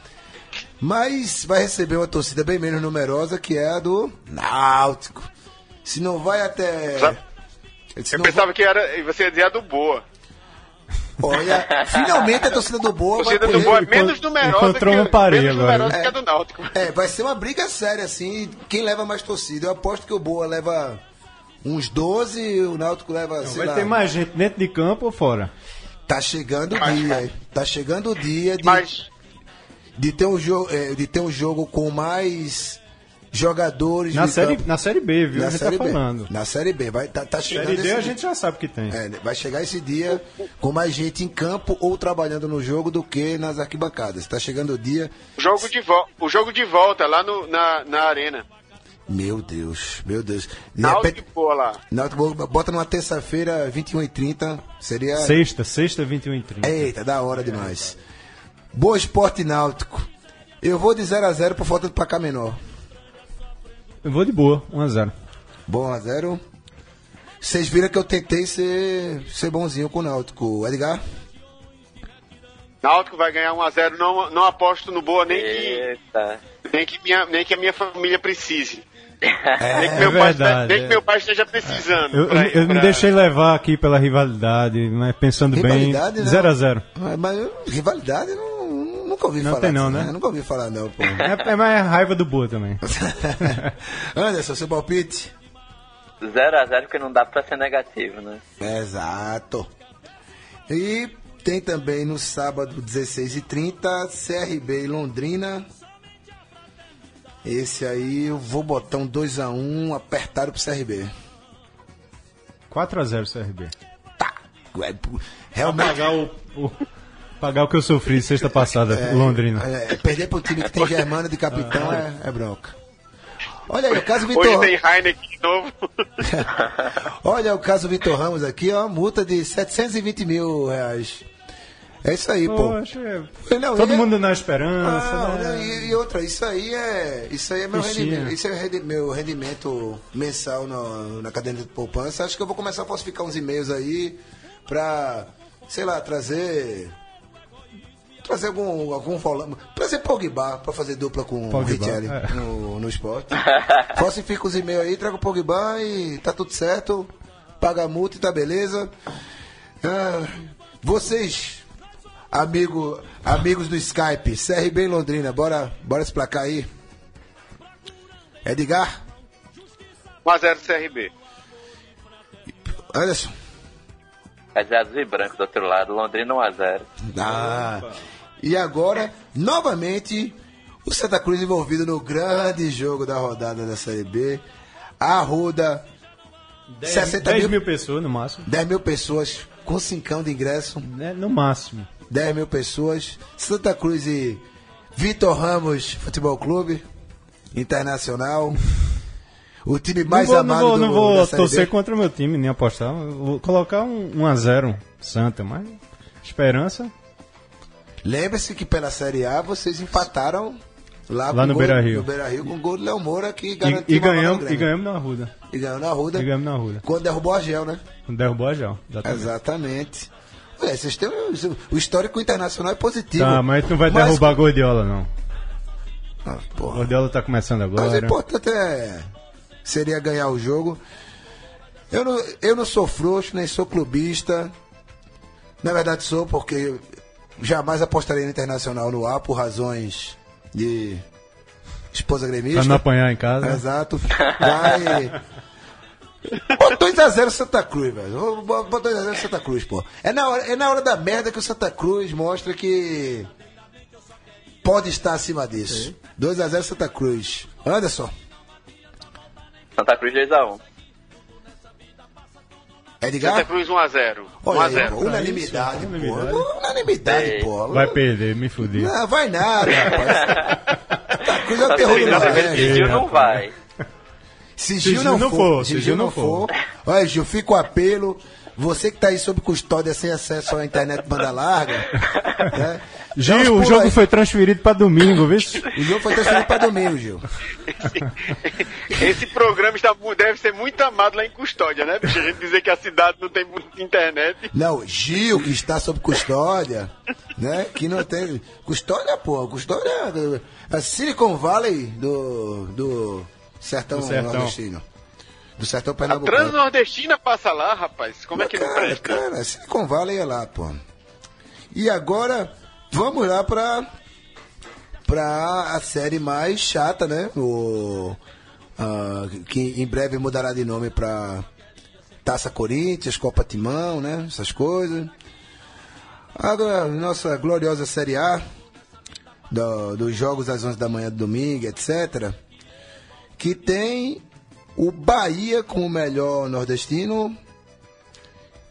S2: Mas vai receber uma torcida bem menos numerosa, que é a do Náutico. Se não vai até.
S4: Sabe-
S2: se
S4: Eu
S2: não
S4: pensava que era, você ia dizer a do Boa.
S2: Olha, finalmente a torcida do
S4: A
S2: Boa vai
S4: torcida do
S2: poder-
S4: Boa é
S3: encontrou-
S4: menos numerosa,
S3: encontrou
S4: que,
S3: um parelho
S4: menos
S3: agora.
S4: numerosa que a do Náutico.
S2: É, vai ser uma briga séria, assim. Quem leva mais torcida? Eu aposto que o Boa leva uns 12, o Náutico leva, sei
S3: Vai
S2: lá.
S3: ter mais gente dentro de campo ou fora?
S2: Tá chegando o
S4: Mas-
S2: dia. Tá chegando o dia de,
S4: Mas
S2: de, ter um jogo, é, de ter um jogo com mais jogadores
S3: Na
S2: de
S3: série,
S2: campo.
S3: na série B, viu? a gente tá
S2: B.
S3: falando.
S2: Na série B. Vai, tá, tá chegando
S3: Série D
S2: esse
S3: a
S2: dia.
S3: gente já sabe que tem.
S2: É, vai chegar esse dia com mais gente em campo ou trabalhando no jogo do que nas arquibancadas. Tá chegando o dia.
S4: o jogo de, vol o jogo de volta lá no, na, na arena.
S2: Meu Deus, meu Deus. De
S3: É,
S4: Náutico e
S2: repente-
S4: Boa lá.
S2: Náutico bota numa terça-feira, 21h30. Seria.
S3: Sexta, sexta, 21 e 30.
S2: Eita, da hora demais. Boa Esporte e Náutico. Eu vou de 0x0 por falta de placar menor.
S3: Eu vou de boa, 1x0.
S2: Bom a 0 Vocês viram que eu tentei ser, ser bonzinho com o Náutico. Edgar?
S4: Náutico vai ganhar 1x0, não, não aposto no Boa nem
S5: É.
S4: que,
S5: Eita.
S4: nem, que minha, nem que a minha família precise. nem, que
S3: é
S4: meu pai,
S3: verdade,
S4: esta- nem que
S3: é.
S4: meu pai esteja precisando.
S3: Eu, eu,
S4: pra-
S3: eu me
S4: pra-
S3: deixei levar aqui pela rivalidade, mas pensando bem,
S2: Rivalidade, né?
S3: 0x0.
S2: Mas, mas eu- rivalidade eu não, nunca ouvi
S3: Não
S2: falar.
S3: tem não,
S2: disso,
S3: né?
S2: Nunca ouvi falar não, pô.
S3: É, é, mas é raiva do Boa também.
S2: Anderson, seu palpite?
S5: 0x0 porque não dá pra ser negativo, né?
S2: Exato. E tem também no sábado 16h30, CRB e Londrina. Esse aí eu vou botar um 2x1 apertado pro CRB.
S3: 4x0 CRB.
S2: Tá. É,
S3: Pra
S2: Realmente.
S3: pagar o, o- pagar o que eu sofri sexta passada, Londrina.
S2: É, perder pro time que tem Germano de capitão é, é bronca. Olha aí, o caso
S4: Hoje
S2: Vitor.
S4: tem Heineken de novo.
S2: Olha o caso Vitor Ramos aqui, ó. Multa de 720 mil reais. É isso aí, pô.
S3: Poxa,
S2: Ele é não,
S3: todo
S2: ele-
S3: mundo na esperança.
S2: Ah,
S3: né?
S2: não, e, e outra, isso aí é. Isso aí é meu
S3: Fichinha.
S2: rendimento. Isso é rendi- meu rendimento mensal no- na caderneta de poupança. Acho que eu vou começar a falsificar uns e-mails aí pra, sei lá, trazer. Trazer algum, algum volante. Trazer Pogba pra fazer dupla com o
S3: Pogba,
S2: Richelli
S3: é.
S2: no, no esporte. Falsifica os e-mails aí, traga o Pogba e tá tudo certo. Paga a multa e tá beleza. Ah, vocês, amigo, amigos do Skype, CRB em Londrina, bora, bora esse placar aí. Edgar,
S4: 1x0 CRB.
S2: Anderson.
S5: É de azul e branco do outro lado, Londrina 1x0.
S2: Ah, e agora, novamente, o Santa Cruz envolvido no grande jogo da rodada da Série B. A Arruda, 60
S3: 10
S2: mil-
S3: mil pessoas no máximo.
S2: 10 mil pessoas com cincão de ingresso.
S3: né? No máximo.
S2: 10 mil pessoas. Santa Cruz e Vitor Ramos Futebol Clube Internacional. O time mais
S3: não vou,
S2: amado
S3: não vou,
S2: do
S3: não vou
S2: da Série
S3: torcer
S2: B.
S3: contra o meu time, nem apostar. Vou colocar um 1x0 Santa, mas esperança.
S2: Lembre-se que pela Série A vocês empataram lá, com
S3: no
S2: gol-
S3: Beira-Rio.
S2: no Beira-Rio com o gol do Léo Moura que
S3: E,
S2: garantiu uma vaga
S3: e
S2: no
S3: ganhamos,
S2: Grêmio.
S3: e ganhamos na Arruda.
S2: E ganhou na Ruda.
S3: E ganhamos na Arruda.
S2: Quando derrubou a Gel, né?
S3: Derrubou a tá. Jal. exatamente.
S2: Exatamente. Ué, vocês têm o histórico internacional é positivo.
S3: Tá, mas não vai derrubar a Gordiola, não.
S2: Ah, porra.
S3: Gordiola tá começando
S2: Mas o
S3: agora.
S2: importante é, seria ganhar o jogo. Eu não, eu não sou frouxo, nem sou clubista. Na verdade sou, porque eu jamais apostaria no Internacional no ar por razões de esposa gremista.
S3: Pra não apanhar em casa.
S2: Exato. Vai. Pô, 2x0 Santa Cruz, velho. Pô, 2x0 Santa Cruz, pô. É na, hora, é na hora da merda que o Santa Cruz mostra que pode estar acima disso. 2x0 Santa Cruz. Anderson,
S5: Santa Cruz 2x1.
S4: Santa
S2: Edgar?
S4: Cruz 1x0.
S2: é Olha aí,
S4: 1x0.
S2: pô, unanimidade,
S3: Pra
S2: pô.
S3: isso, unanimidade.
S2: Unanimidade, pô.
S3: Vai perder, me fudi.
S2: Não, vai nada, rapaz. Santa Cruz
S4: Tá
S2: é o terror do
S3: um
S4: Não,
S5: Santa Cruz
S2: Nordeste.
S5: decidiu, não vai.
S2: Se Gil não, for, se Gil não for. Olha, Gil, fica o apelo. Você que tá aí sob custódia sem acesso à internet banda larga. né? Vamos
S3: Gil,
S2: por
S3: o jogo
S2: aí.
S3: foi transferido pra domingo, viu?
S2: O jogo foi transferido pra domingo, Gil.
S4: Esse programa está, deve ser muito amado lá em Custódia, né? bicho? A gente dizer que a cidade não tem muita internet.
S2: Não, Gil, que está sob custódia, né? Que não tem. Custódia, pô, custódia. é A Silicon Valley do. do sertão,
S3: Do sertão.
S2: nordestino. Do sertão
S4: A
S2: pernambucano.
S4: Transnordestina passa lá, rapaz. Como é que não
S2: Cara,
S4: presta?
S2: cara, Silicon Valley é lá, pô. E agora vamos lá para para a série mais chata, né? O, ah, que em breve mudará de nome para Taça Corinthians, Copa Timão, né? Essas coisas. Agora, nossa gloriosa Série A, do- dos jogos às 11 da manhã do domingo, etc. Que tem o Bahia com o melhor nordestino,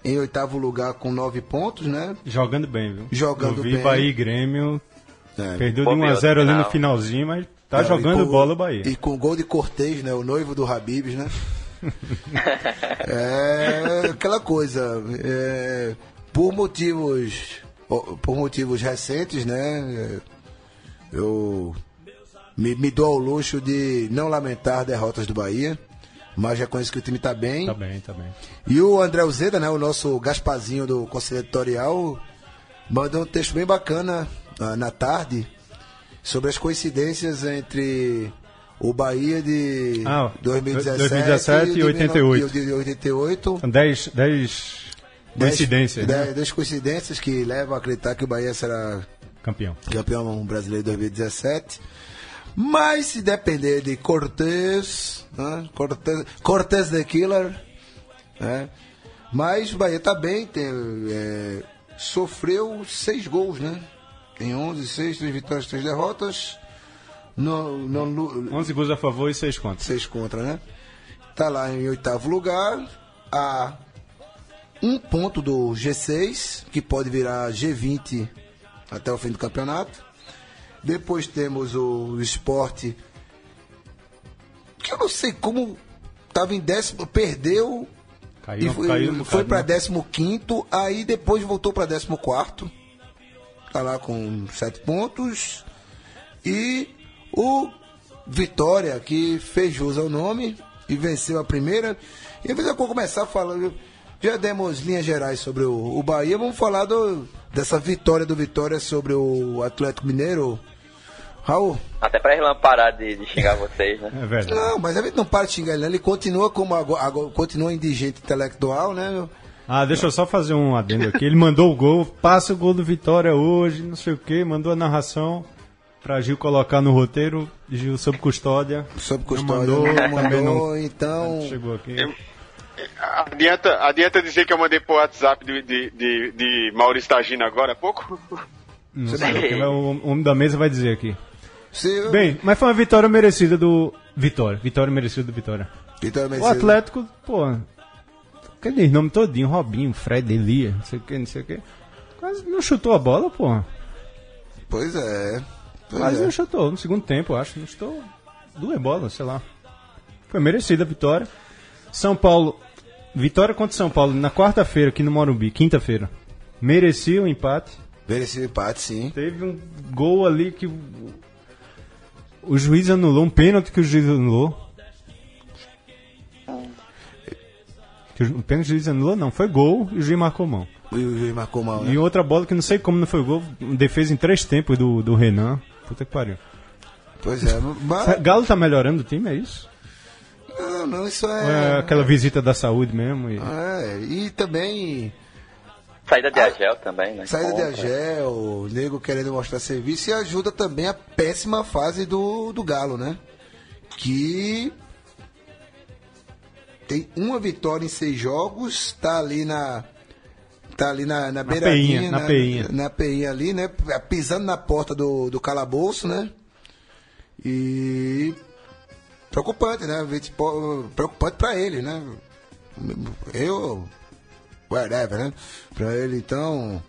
S2: em oitavo lugar com nove pontos, né?
S3: Jogando bem, viu?
S2: Jogando
S3: Eu vi
S2: bem.
S3: Bahia e Grêmio.
S2: É.
S3: Perdeu de
S5: Bobeou
S3: 1x0 ali
S5: no
S3: no
S5: final.
S3: finalzinho, mas tá
S2: Não, e
S3: jogando
S2: com-
S3: bola o Bahia.
S2: E com gol de Cortez, né? O noivo do Habibs, né? é aquela coisa. é, por motivos. Por motivos recentes, né? Eu me, me dou ao luxo de não lamentar derrotas do Bahia. Mas reconheço que o time tá bem.
S3: Tá bem, tá bem.
S2: E o André Uzeda, né, o nosso Gaspazinho do Conselho Editorial, mandou um texto bem bacana ah, na tarde sobre as coincidências entre o Bahia de
S3: Ah,
S2: 2017,
S3: 2017 e
S2: o de
S3: 88.
S2: mil- de 88.
S3: São 10 coincidências,
S2: Dez-
S3: né?
S2: dez coincidências que levam a acreditar que o Bahia será
S3: Campeão.
S2: campeão brasileiro de 2017. Mas se depender de Cortez, né? Cortez, Cortez the Killer, né? Mas o Bahia tá bem, tem, é, sofreu seis gols, né? Em 11, 6, 3 vitórias, 3 derrotas. Não, não, lu-
S3: 11 gols a favor e 6 contas.
S2: seis contra, né? Tá lá em oitavo lugar, a um ponto do G6, que pode virar G20 até o fim do campeonato. Depois temos o Sport, que eu não sei como tava em décimo, perdeu
S3: Caiu,
S2: e foi,
S3: caiu um
S2: foi
S3: bocado,
S2: para
S3: né?
S2: 15, aí depois voltou para 14. Tá lá com 7 pontos. E o Vitória, que fez jus ao nome e venceu a primeira. E eu vou começar falando. Já demos linhas gerais sobre o, o Bahia, vamos falar do, dessa vitória do Vitória sobre o Atlético Mineiro. Raul?
S5: Até pra Irlan parar de, de xingar vocês, né?
S3: É verdade.
S2: Não, mas ele não para de xingar ele, né? ele continua como ago- ago- continua indigente intelectual, né?
S3: Ah, deixa eu só fazer um adendo aqui. Ele mandou o gol, passa o gol do Vitória hoje, não sei o que, mandou a narração pra Gil colocar no roteiro. Gil sob custódia.
S2: Sob
S3: Não
S2: custódia,
S3: mandou,
S2: não
S3: também
S2: mandou,
S3: não-
S2: então.
S3: Chegou aqui.
S4: Adianta, adianta dizer que eu mandei pro WhatsApp de, de, de, de Maurício Tagino agora há pouco?
S3: Não sei o que, mas o homem da mesa vai dizer aqui.
S2: Se,
S3: Bem, mas foi uma vitória merecida do Vitória. Vitória merecida do Vitória.
S2: Vitor
S3: O
S2: Mercedes,
S3: Atlético, pô. Aqueles nomes todinho, Robinho, Fred, Elia, não sei o que, não sei o que. Quase não chutou a bola, pô.
S2: Pois é. Pois
S3: Mas
S2: é.
S3: não chutou no segundo tempo, eu acho. Não chutou duas bolas, sei lá. Foi merecida a vitória. São Paulo. Vitória contra São Paulo na quarta-feira aqui no Morumbi, quinta-feira. Merecia o empate.
S2: Merecia o empate, sim.
S3: Teve um gol ali que o, o juiz anulou, um pênalti que o juiz anulou. Que o ju- o pênalti que o juiz anulou, não, foi gol e o juiz marcou mão.
S2: E o juiz marcou mal, né?
S3: E outra bola que não sei como não foi gol, defesa em três tempos do, do Renan. Puta que pariu.
S2: Pois é. Mas,
S3: Galo tá melhorando o time, é isso?
S2: não, não, isso
S3: Ou é
S2: é.
S3: aquela visita da saúde mesmo? E...
S2: É, e também
S5: Saída de Agel também, né?
S2: saída de
S5: Contra.
S2: Agel, o nego querendo mostrar serviço e ajuda também a péssima fase do, do Galo, né? Que tem uma vitória em seis jogos, tá ali na. Tá ali na, na, beiradinha. né?
S3: peinha, na peinha.
S2: na peinha ali, né? Pisando na porta do, do calabouço, né? E. Preocupante, né? Vinte po- Preocupante pra ele, né? Eu. Whatever, né? Pra ele, então.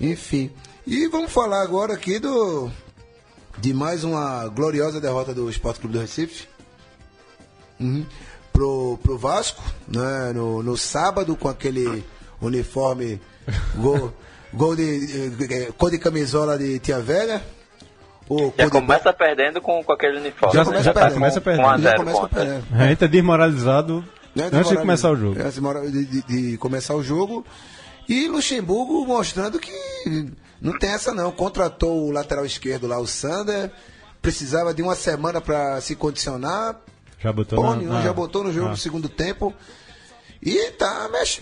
S2: Enfim. E vamos falar agora aqui do. De mais uma gloriosa derrota do Esporte Clube do Recife. Uhum. Pro, pro Vasco, né? No, no sábado, com aquele uniforme gol, gol de. eh, eh, cor de camisola de Tia Velha. Ou
S5: Já
S2: cor de-
S5: começa perdendo com, com aquele uniforme.
S3: Já-
S5: né?
S3: já
S5: tá
S3: começa
S5: com,
S3: perdendo.
S5: com um a
S2: já
S5: zero
S2: começa
S5: contra.
S2: perdendo.
S3: A gente tá desmoralizado antes de
S2: moral-
S3: começar o jogo.
S2: Antes É, de, moral- de- de- de começar o jogo. E Luxemburgo mostrando que não tem essa não. Contratou o lateral esquerdo lá, o Sander. Precisava de uma semana para se condicionar.
S3: Já botou
S2: Pô,
S3: na-
S2: nenhum,
S3: na-
S2: já botou no jogo
S3: na-
S2: do segundo tempo. E tá mex-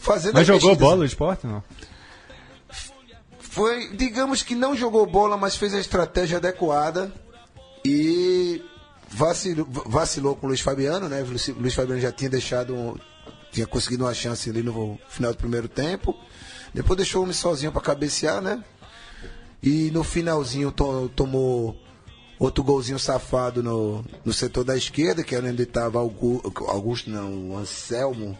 S2: fazendo...
S3: Mas
S2: a
S3: jogou
S2: mexidas.
S3: bola o esporte, não?
S2: foi, digamos que não jogou bola, mas fez a estratégia adequada e vacilou, vacilou com o Luiz Fabiano, né? O Luiz, Luiz Fabiano já tinha deixado, um- tinha conseguido uma chance ali no final do primeiro tempo. Depois deixou o homem sozinho para cabecear, né? E no finalzinho to- tomou outro golzinho safado no, no setor da esquerda, que era onde estava Augusto, Augusto não, o Anselmo.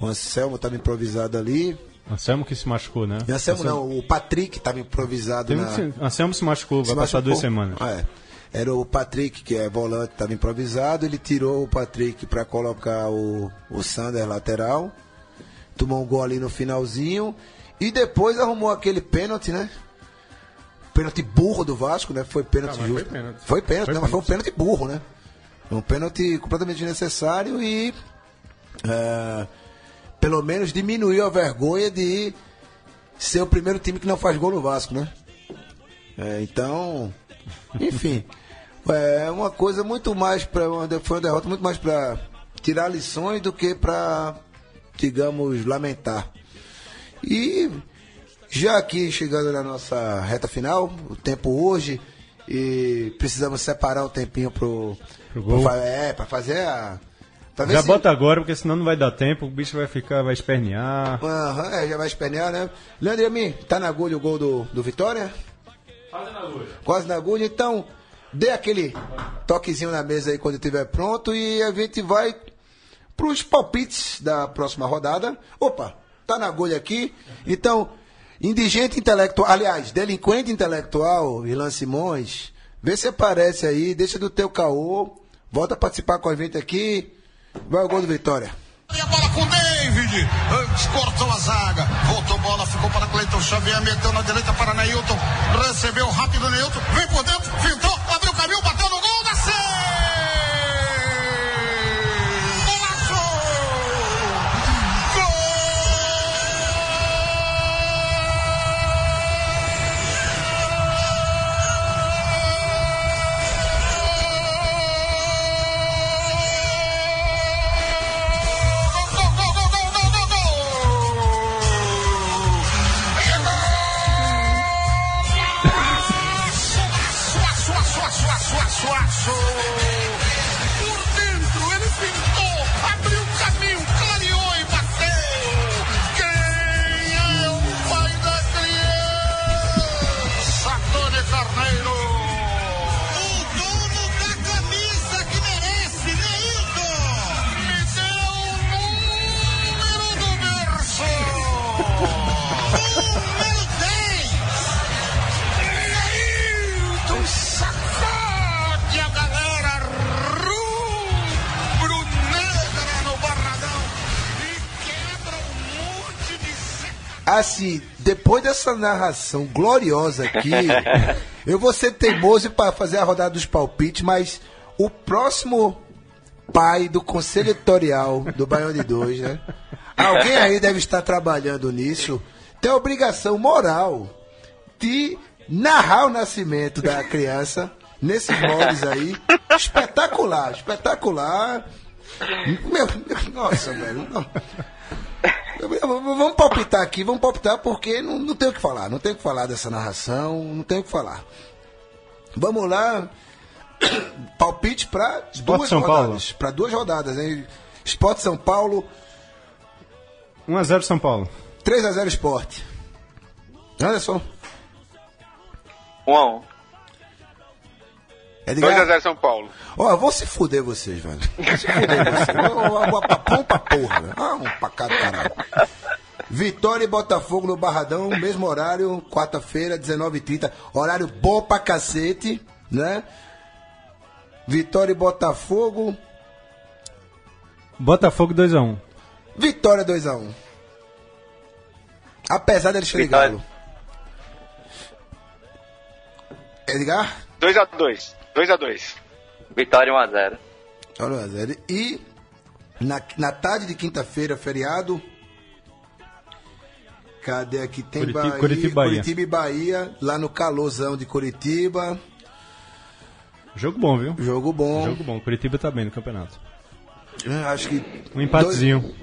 S2: O Anselmo estava improvisado ali.
S3: Anselmo que se machucou, né?
S2: E Anselmo não, o Patrick estava improvisado
S3: Teve
S2: na...
S3: um que se- Ah, Anselmo se machucou, vai
S2: Se
S3: passar
S2: machucou.
S3: duas semanas.
S2: É. Era o Patrick, que é volante, estava improvisado. Ele tirou o Patrick para colocar o, o Sander lateral. Tomou um gol ali no finalzinho. E depois arrumou aquele pênalti, né? Pênalti burro do Vasco, né? Foi pênalti
S3: Ah, mas
S2: justo.
S3: foi pênalti.
S2: Foi pênalti,
S3: Foi
S2: não, mas foi um pênalti burro, né? Um pênalti completamente desnecessário e. é, pelo menos diminuiu a vergonha de ser o primeiro time que não faz gol no Vasco, né? É, então, enfim, é uma coisa muito mais para foi uma derrota muito mais para tirar lições do que para, digamos, lamentar. E já aqui chegando na nossa reta final, o tempo hoje e precisamos separar um tempinho pro,
S3: Pro gol.
S2: pra fa- é, para fazer a pra ver
S3: Já
S2: se-
S3: bota agora, porque senão não vai dar tempo, o bicho vai ficar, vai espernear.
S2: Aham, é, já vai espernear, né? Leandro Yamin, tá na agulha o gol do, do Vitória? Quase na agulha. Quase na agulha, então dê aquele toquezinho na mesa aí quando estiver pronto e a gente vai pros palpites da próxima rodada. Opa, tá na agulha aqui. Então, indigente intelectual, aliás, delinquente intelectual, Irlan Simões, vê se aparece aí, deixa do teu caô, volta a participar com a gente aqui. Vai o gol do Vitória.
S6: E a bola com o David. Antes cortou a zaga. Voltou bola, ficou para Cleiton Xavier. Meteu na direita para Neilton. Recebeu rápido Neilton. Vem por dentro, fintou, abriu o caminho, bateu no gol. Nasceu! Golaço! Gol, gol, gol, gol, gol, gol, gol! Aço, aço, aço, aço, aço, aço, aço. Por dentro ele pintou, abriu o caminho, clareou e bateu. Quem é o pai da criança? Tony Carneiro. O dono da camisa que merece, Neilton. Me deu o número do berço. Número 10. Neilton sacode a galera rubro-negra no Barradão e quebra um monte de seca.
S2: Assim, depois dessa narração gloriosa aqui, eu vou ser teimoso para fazer a rodada dos palpites, mas o próximo pai do conselho editorial do Baião de Dois, né? Alguém aí deve estar trabalhando nisso, tem a obrigação moral de narrar o nascimento da criança nesses moldes aí. Espetacular, espetacular. Meu, meu- nossa, velho. não. Eu- eu- eu- Vamos palpitar aqui, vamos palpitar porque não, não tem o que falar, não tem o que falar dessa narração, não tem o que falar. Vamos lá, palpite para
S3: Sport
S2: duas
S3: São Paulo.
S2: rodadas, para duas rodadas, hein? Sport São Paulo,
S3: 1x0 São Paulo.
S2: 3 a 0 Sport. Anderson,
S5: 1x1.
S2: Edgar,
S4: 2x0 São Paulo.
S2: Ó, eu vou se fuder vocês, velho. Vou se fuder vocês. Vou pra pompa porra, velho. Ah, um pra cá do caralho. Vitória e Botafogo no Barradão, mesmo horário, quarta-feira, 19h30. Horário bom pra cacete, né? Vitória e Botafogo.
S3: Botafogo 2x1.
S2: Vitória 2x1. Apesar deles
S5: Vitória.
S2: ligado. Edgar?
S4: 2x2. 2x2.
S5: Vitória 1x0.
S2: Olha, o Zé, E na, na tarde de quinta-feira, feriado. Cadê aqui? Tem
S3: Curitiba-
S2: Bahia,
S3: Curitiba, Bahia.
S2: Curitiba e Bahia, lá no calorzão de Curitiba.
S3: Jogo bom, viu?
S2: Jogo bom.
S3: Jogo bom. Curitiba tá bem no campeonato.
S2: Eu Acho que. um
S3: Um empatezinho.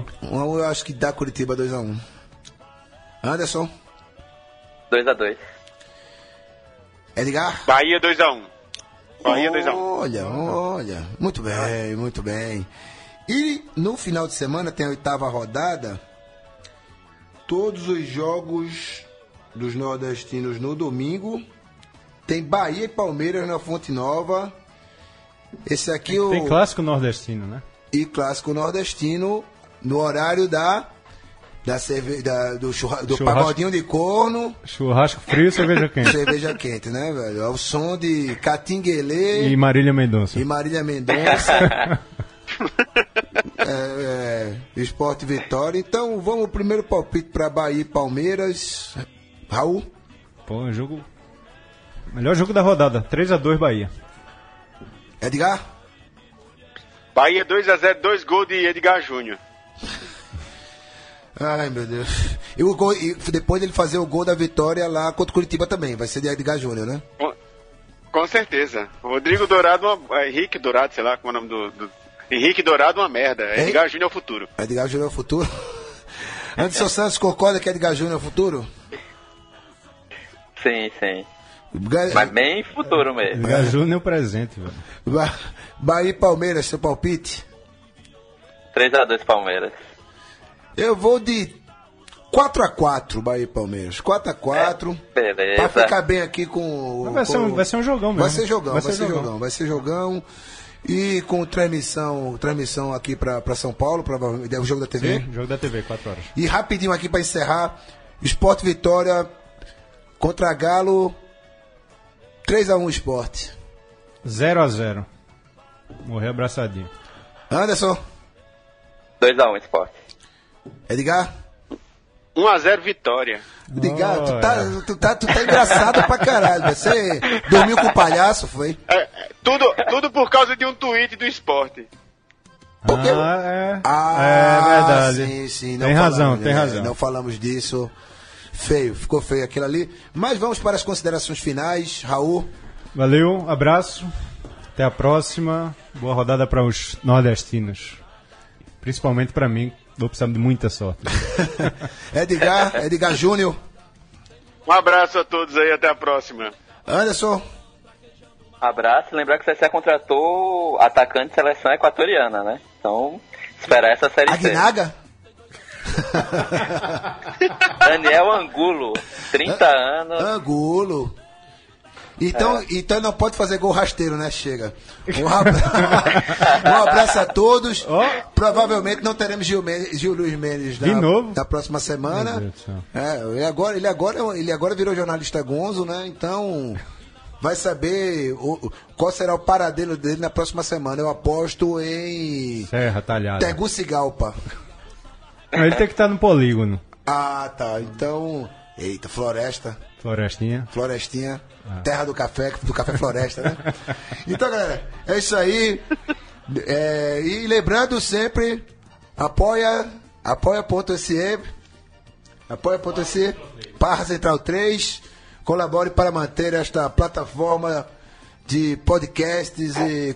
S3: 1x1.
S2: dois- um, eu acho que dá Curitiba 2x1. Anderson,
S5: 2x2.
S2: Edgar?
S4: Bahia 2x1. Bahia 2x1.
S2: Olha, olha. Muito bem, muito bem. E no final de semana tem a oitava rodada. Todos os jogos dos nordestinos no domingo. Tem Bahia e Palmeiras na Fonte Nova. Esse aqui é o
S3: Tem clássico nordestino, né?
S2: e clássico nordestino no horário da da, cerve... da- do, churra... do
S3: Churrasco.
S2: pagodinho de corno,
S3: Churrasco frio, cerveja quente.
S2: cerveja quente, né, velho? Ao som de Catinguelê
S3: E
S2: e,
S3: Marília Mendonça.
S2: Marília Mendonça. é, é, Esporte Vitória. Então, vamos primeiro palpite para Bahia e Palmeiras. Raul,
S3: Pô, é jogo. Melhor jogo da rodada. 3x2 Bahia.
S2: Edgar,
S4: Bahia 2x0, dois gols de Edgar Júnior.
S2: ai meu Deus. E, o gol, e depois dele fazer o gol da vitória lá contra o Curitiba também, vai ser de Edgar Júnior, né?
S4: Com- Com certeza. Rodrigo Dourado, uma, é, Henrique Dourado, sei lá como é o nome do. do- Henrique Dourado, uma merda. Edgar Júnior é o futuro.
S2: Edgar Júnior é o futuro? Anderson Santos concorda que Edgar Júnior é o futuro?
S5: Sim, sim.
S2: Ga-
S5: Mas bem futuro mesmo.
S3: Edgar Júnior é o presente, velho.
S2: Ba- Bahia e Palmeiras, seu palpite?
S5: 3x2 Palmeiras.
S2: Eu vou de 4x4, Bahia e Palmeiras. 4x4.
S5: É,
S2: Pra
S5: Beleza.
S2: ficar bem aqui com. o-
S3: Vai ser um-
S2: com-
S3: vai ser um jogão mesmo.
S2: Vai ser jogão, vai, ser, jogão. vai ser jogão. E com transmissão, transmissão aqui pra, pra São Paulo, provavelmente. É o jogo da TV?
S3: Sim, jogo da TV, 4 horas.
S2: E rapidinho aqui pra encerrar: Esporte Vitória contra Galo. 3x1 Esporte.
S3: 0x0. Morrer abraçadinho.
S2: Anderson,
S5: 2x1 Sport.
S2: Edgar.
S4: 1x0 vitória.
S2: Edgar, tu
S3: Olha.
S2: tá, tu, tá, tu tá engraçado pra caralho. velho. Você dormiu com o palhaço, foi?
S4: É, é, tudo, tudo por causa de um tweet do esporte.
S2: Porque-
S3: Ah, é. é verdade.
S2: Sim, sim.
S3: tem
S2: falamos,
S3: razão,
S2: né?
S3: tem razão.
S2: Não falamos disso. Feio, ficou feio aquilo ali. Mas vamos para as considerações finais. Raul,
S3: Valeu, abraço. Até a próxima. Boa rodada para os nordestinos. Principalmente para mim, vou precisar de muita sorte.
S2: Edgar, Edgar Júnior,
S4: Um abraço a todos aí, até a próxima.
S2: Anderson.
S5: Abraço. Lembrar que o CSA contratou atacante de seleção equatoriana, né? Então, esperar essa série C.
S2: Aguinaga?
S5: Daniel Angulo, 30
S2: Ah.
S5: anos.
S2: Angulo. Então, então não pode fazer gol rasteiro, né? Chega. Um abraço, um abraço a todos.
S3: Ó.
S2: Provavelmente não teremos Gil, Men- Gil Luiz Mendes
S3: De
S2: na,
S3: novo?
S2: na próxima semana.
S3: Meu Deus do céu.
S2: É, ele, agora, ele, agora, é um- ele agora virou jornalista gonzo, né? Então vai saber o- o- qual será o paradeiro dele na próxima semana. Eu aposto em
S3: Serra, talhada.
S2: Tegucigalpa.
S3: Ele tem que estar no polígono.
S2: Ah, tá. Então. Eita, floresta.
S3: Florestinha.
S2: Florestinha, terra do café, do café floresta, né? então, galera, é isso aí. É, e lembrando sempre, apoia, apoia.se, apoia.se, barra central 3, colabore para manter esta plataforma de podcasts e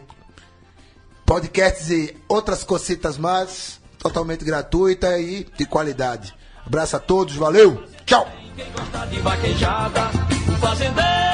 S2: podcasts e outras cositas mais, totalmente gratuita e de qualidade. Abraço a todos, valeu, tchau!
S7: Quem gosta de vaquejada, Tá o fazendeiro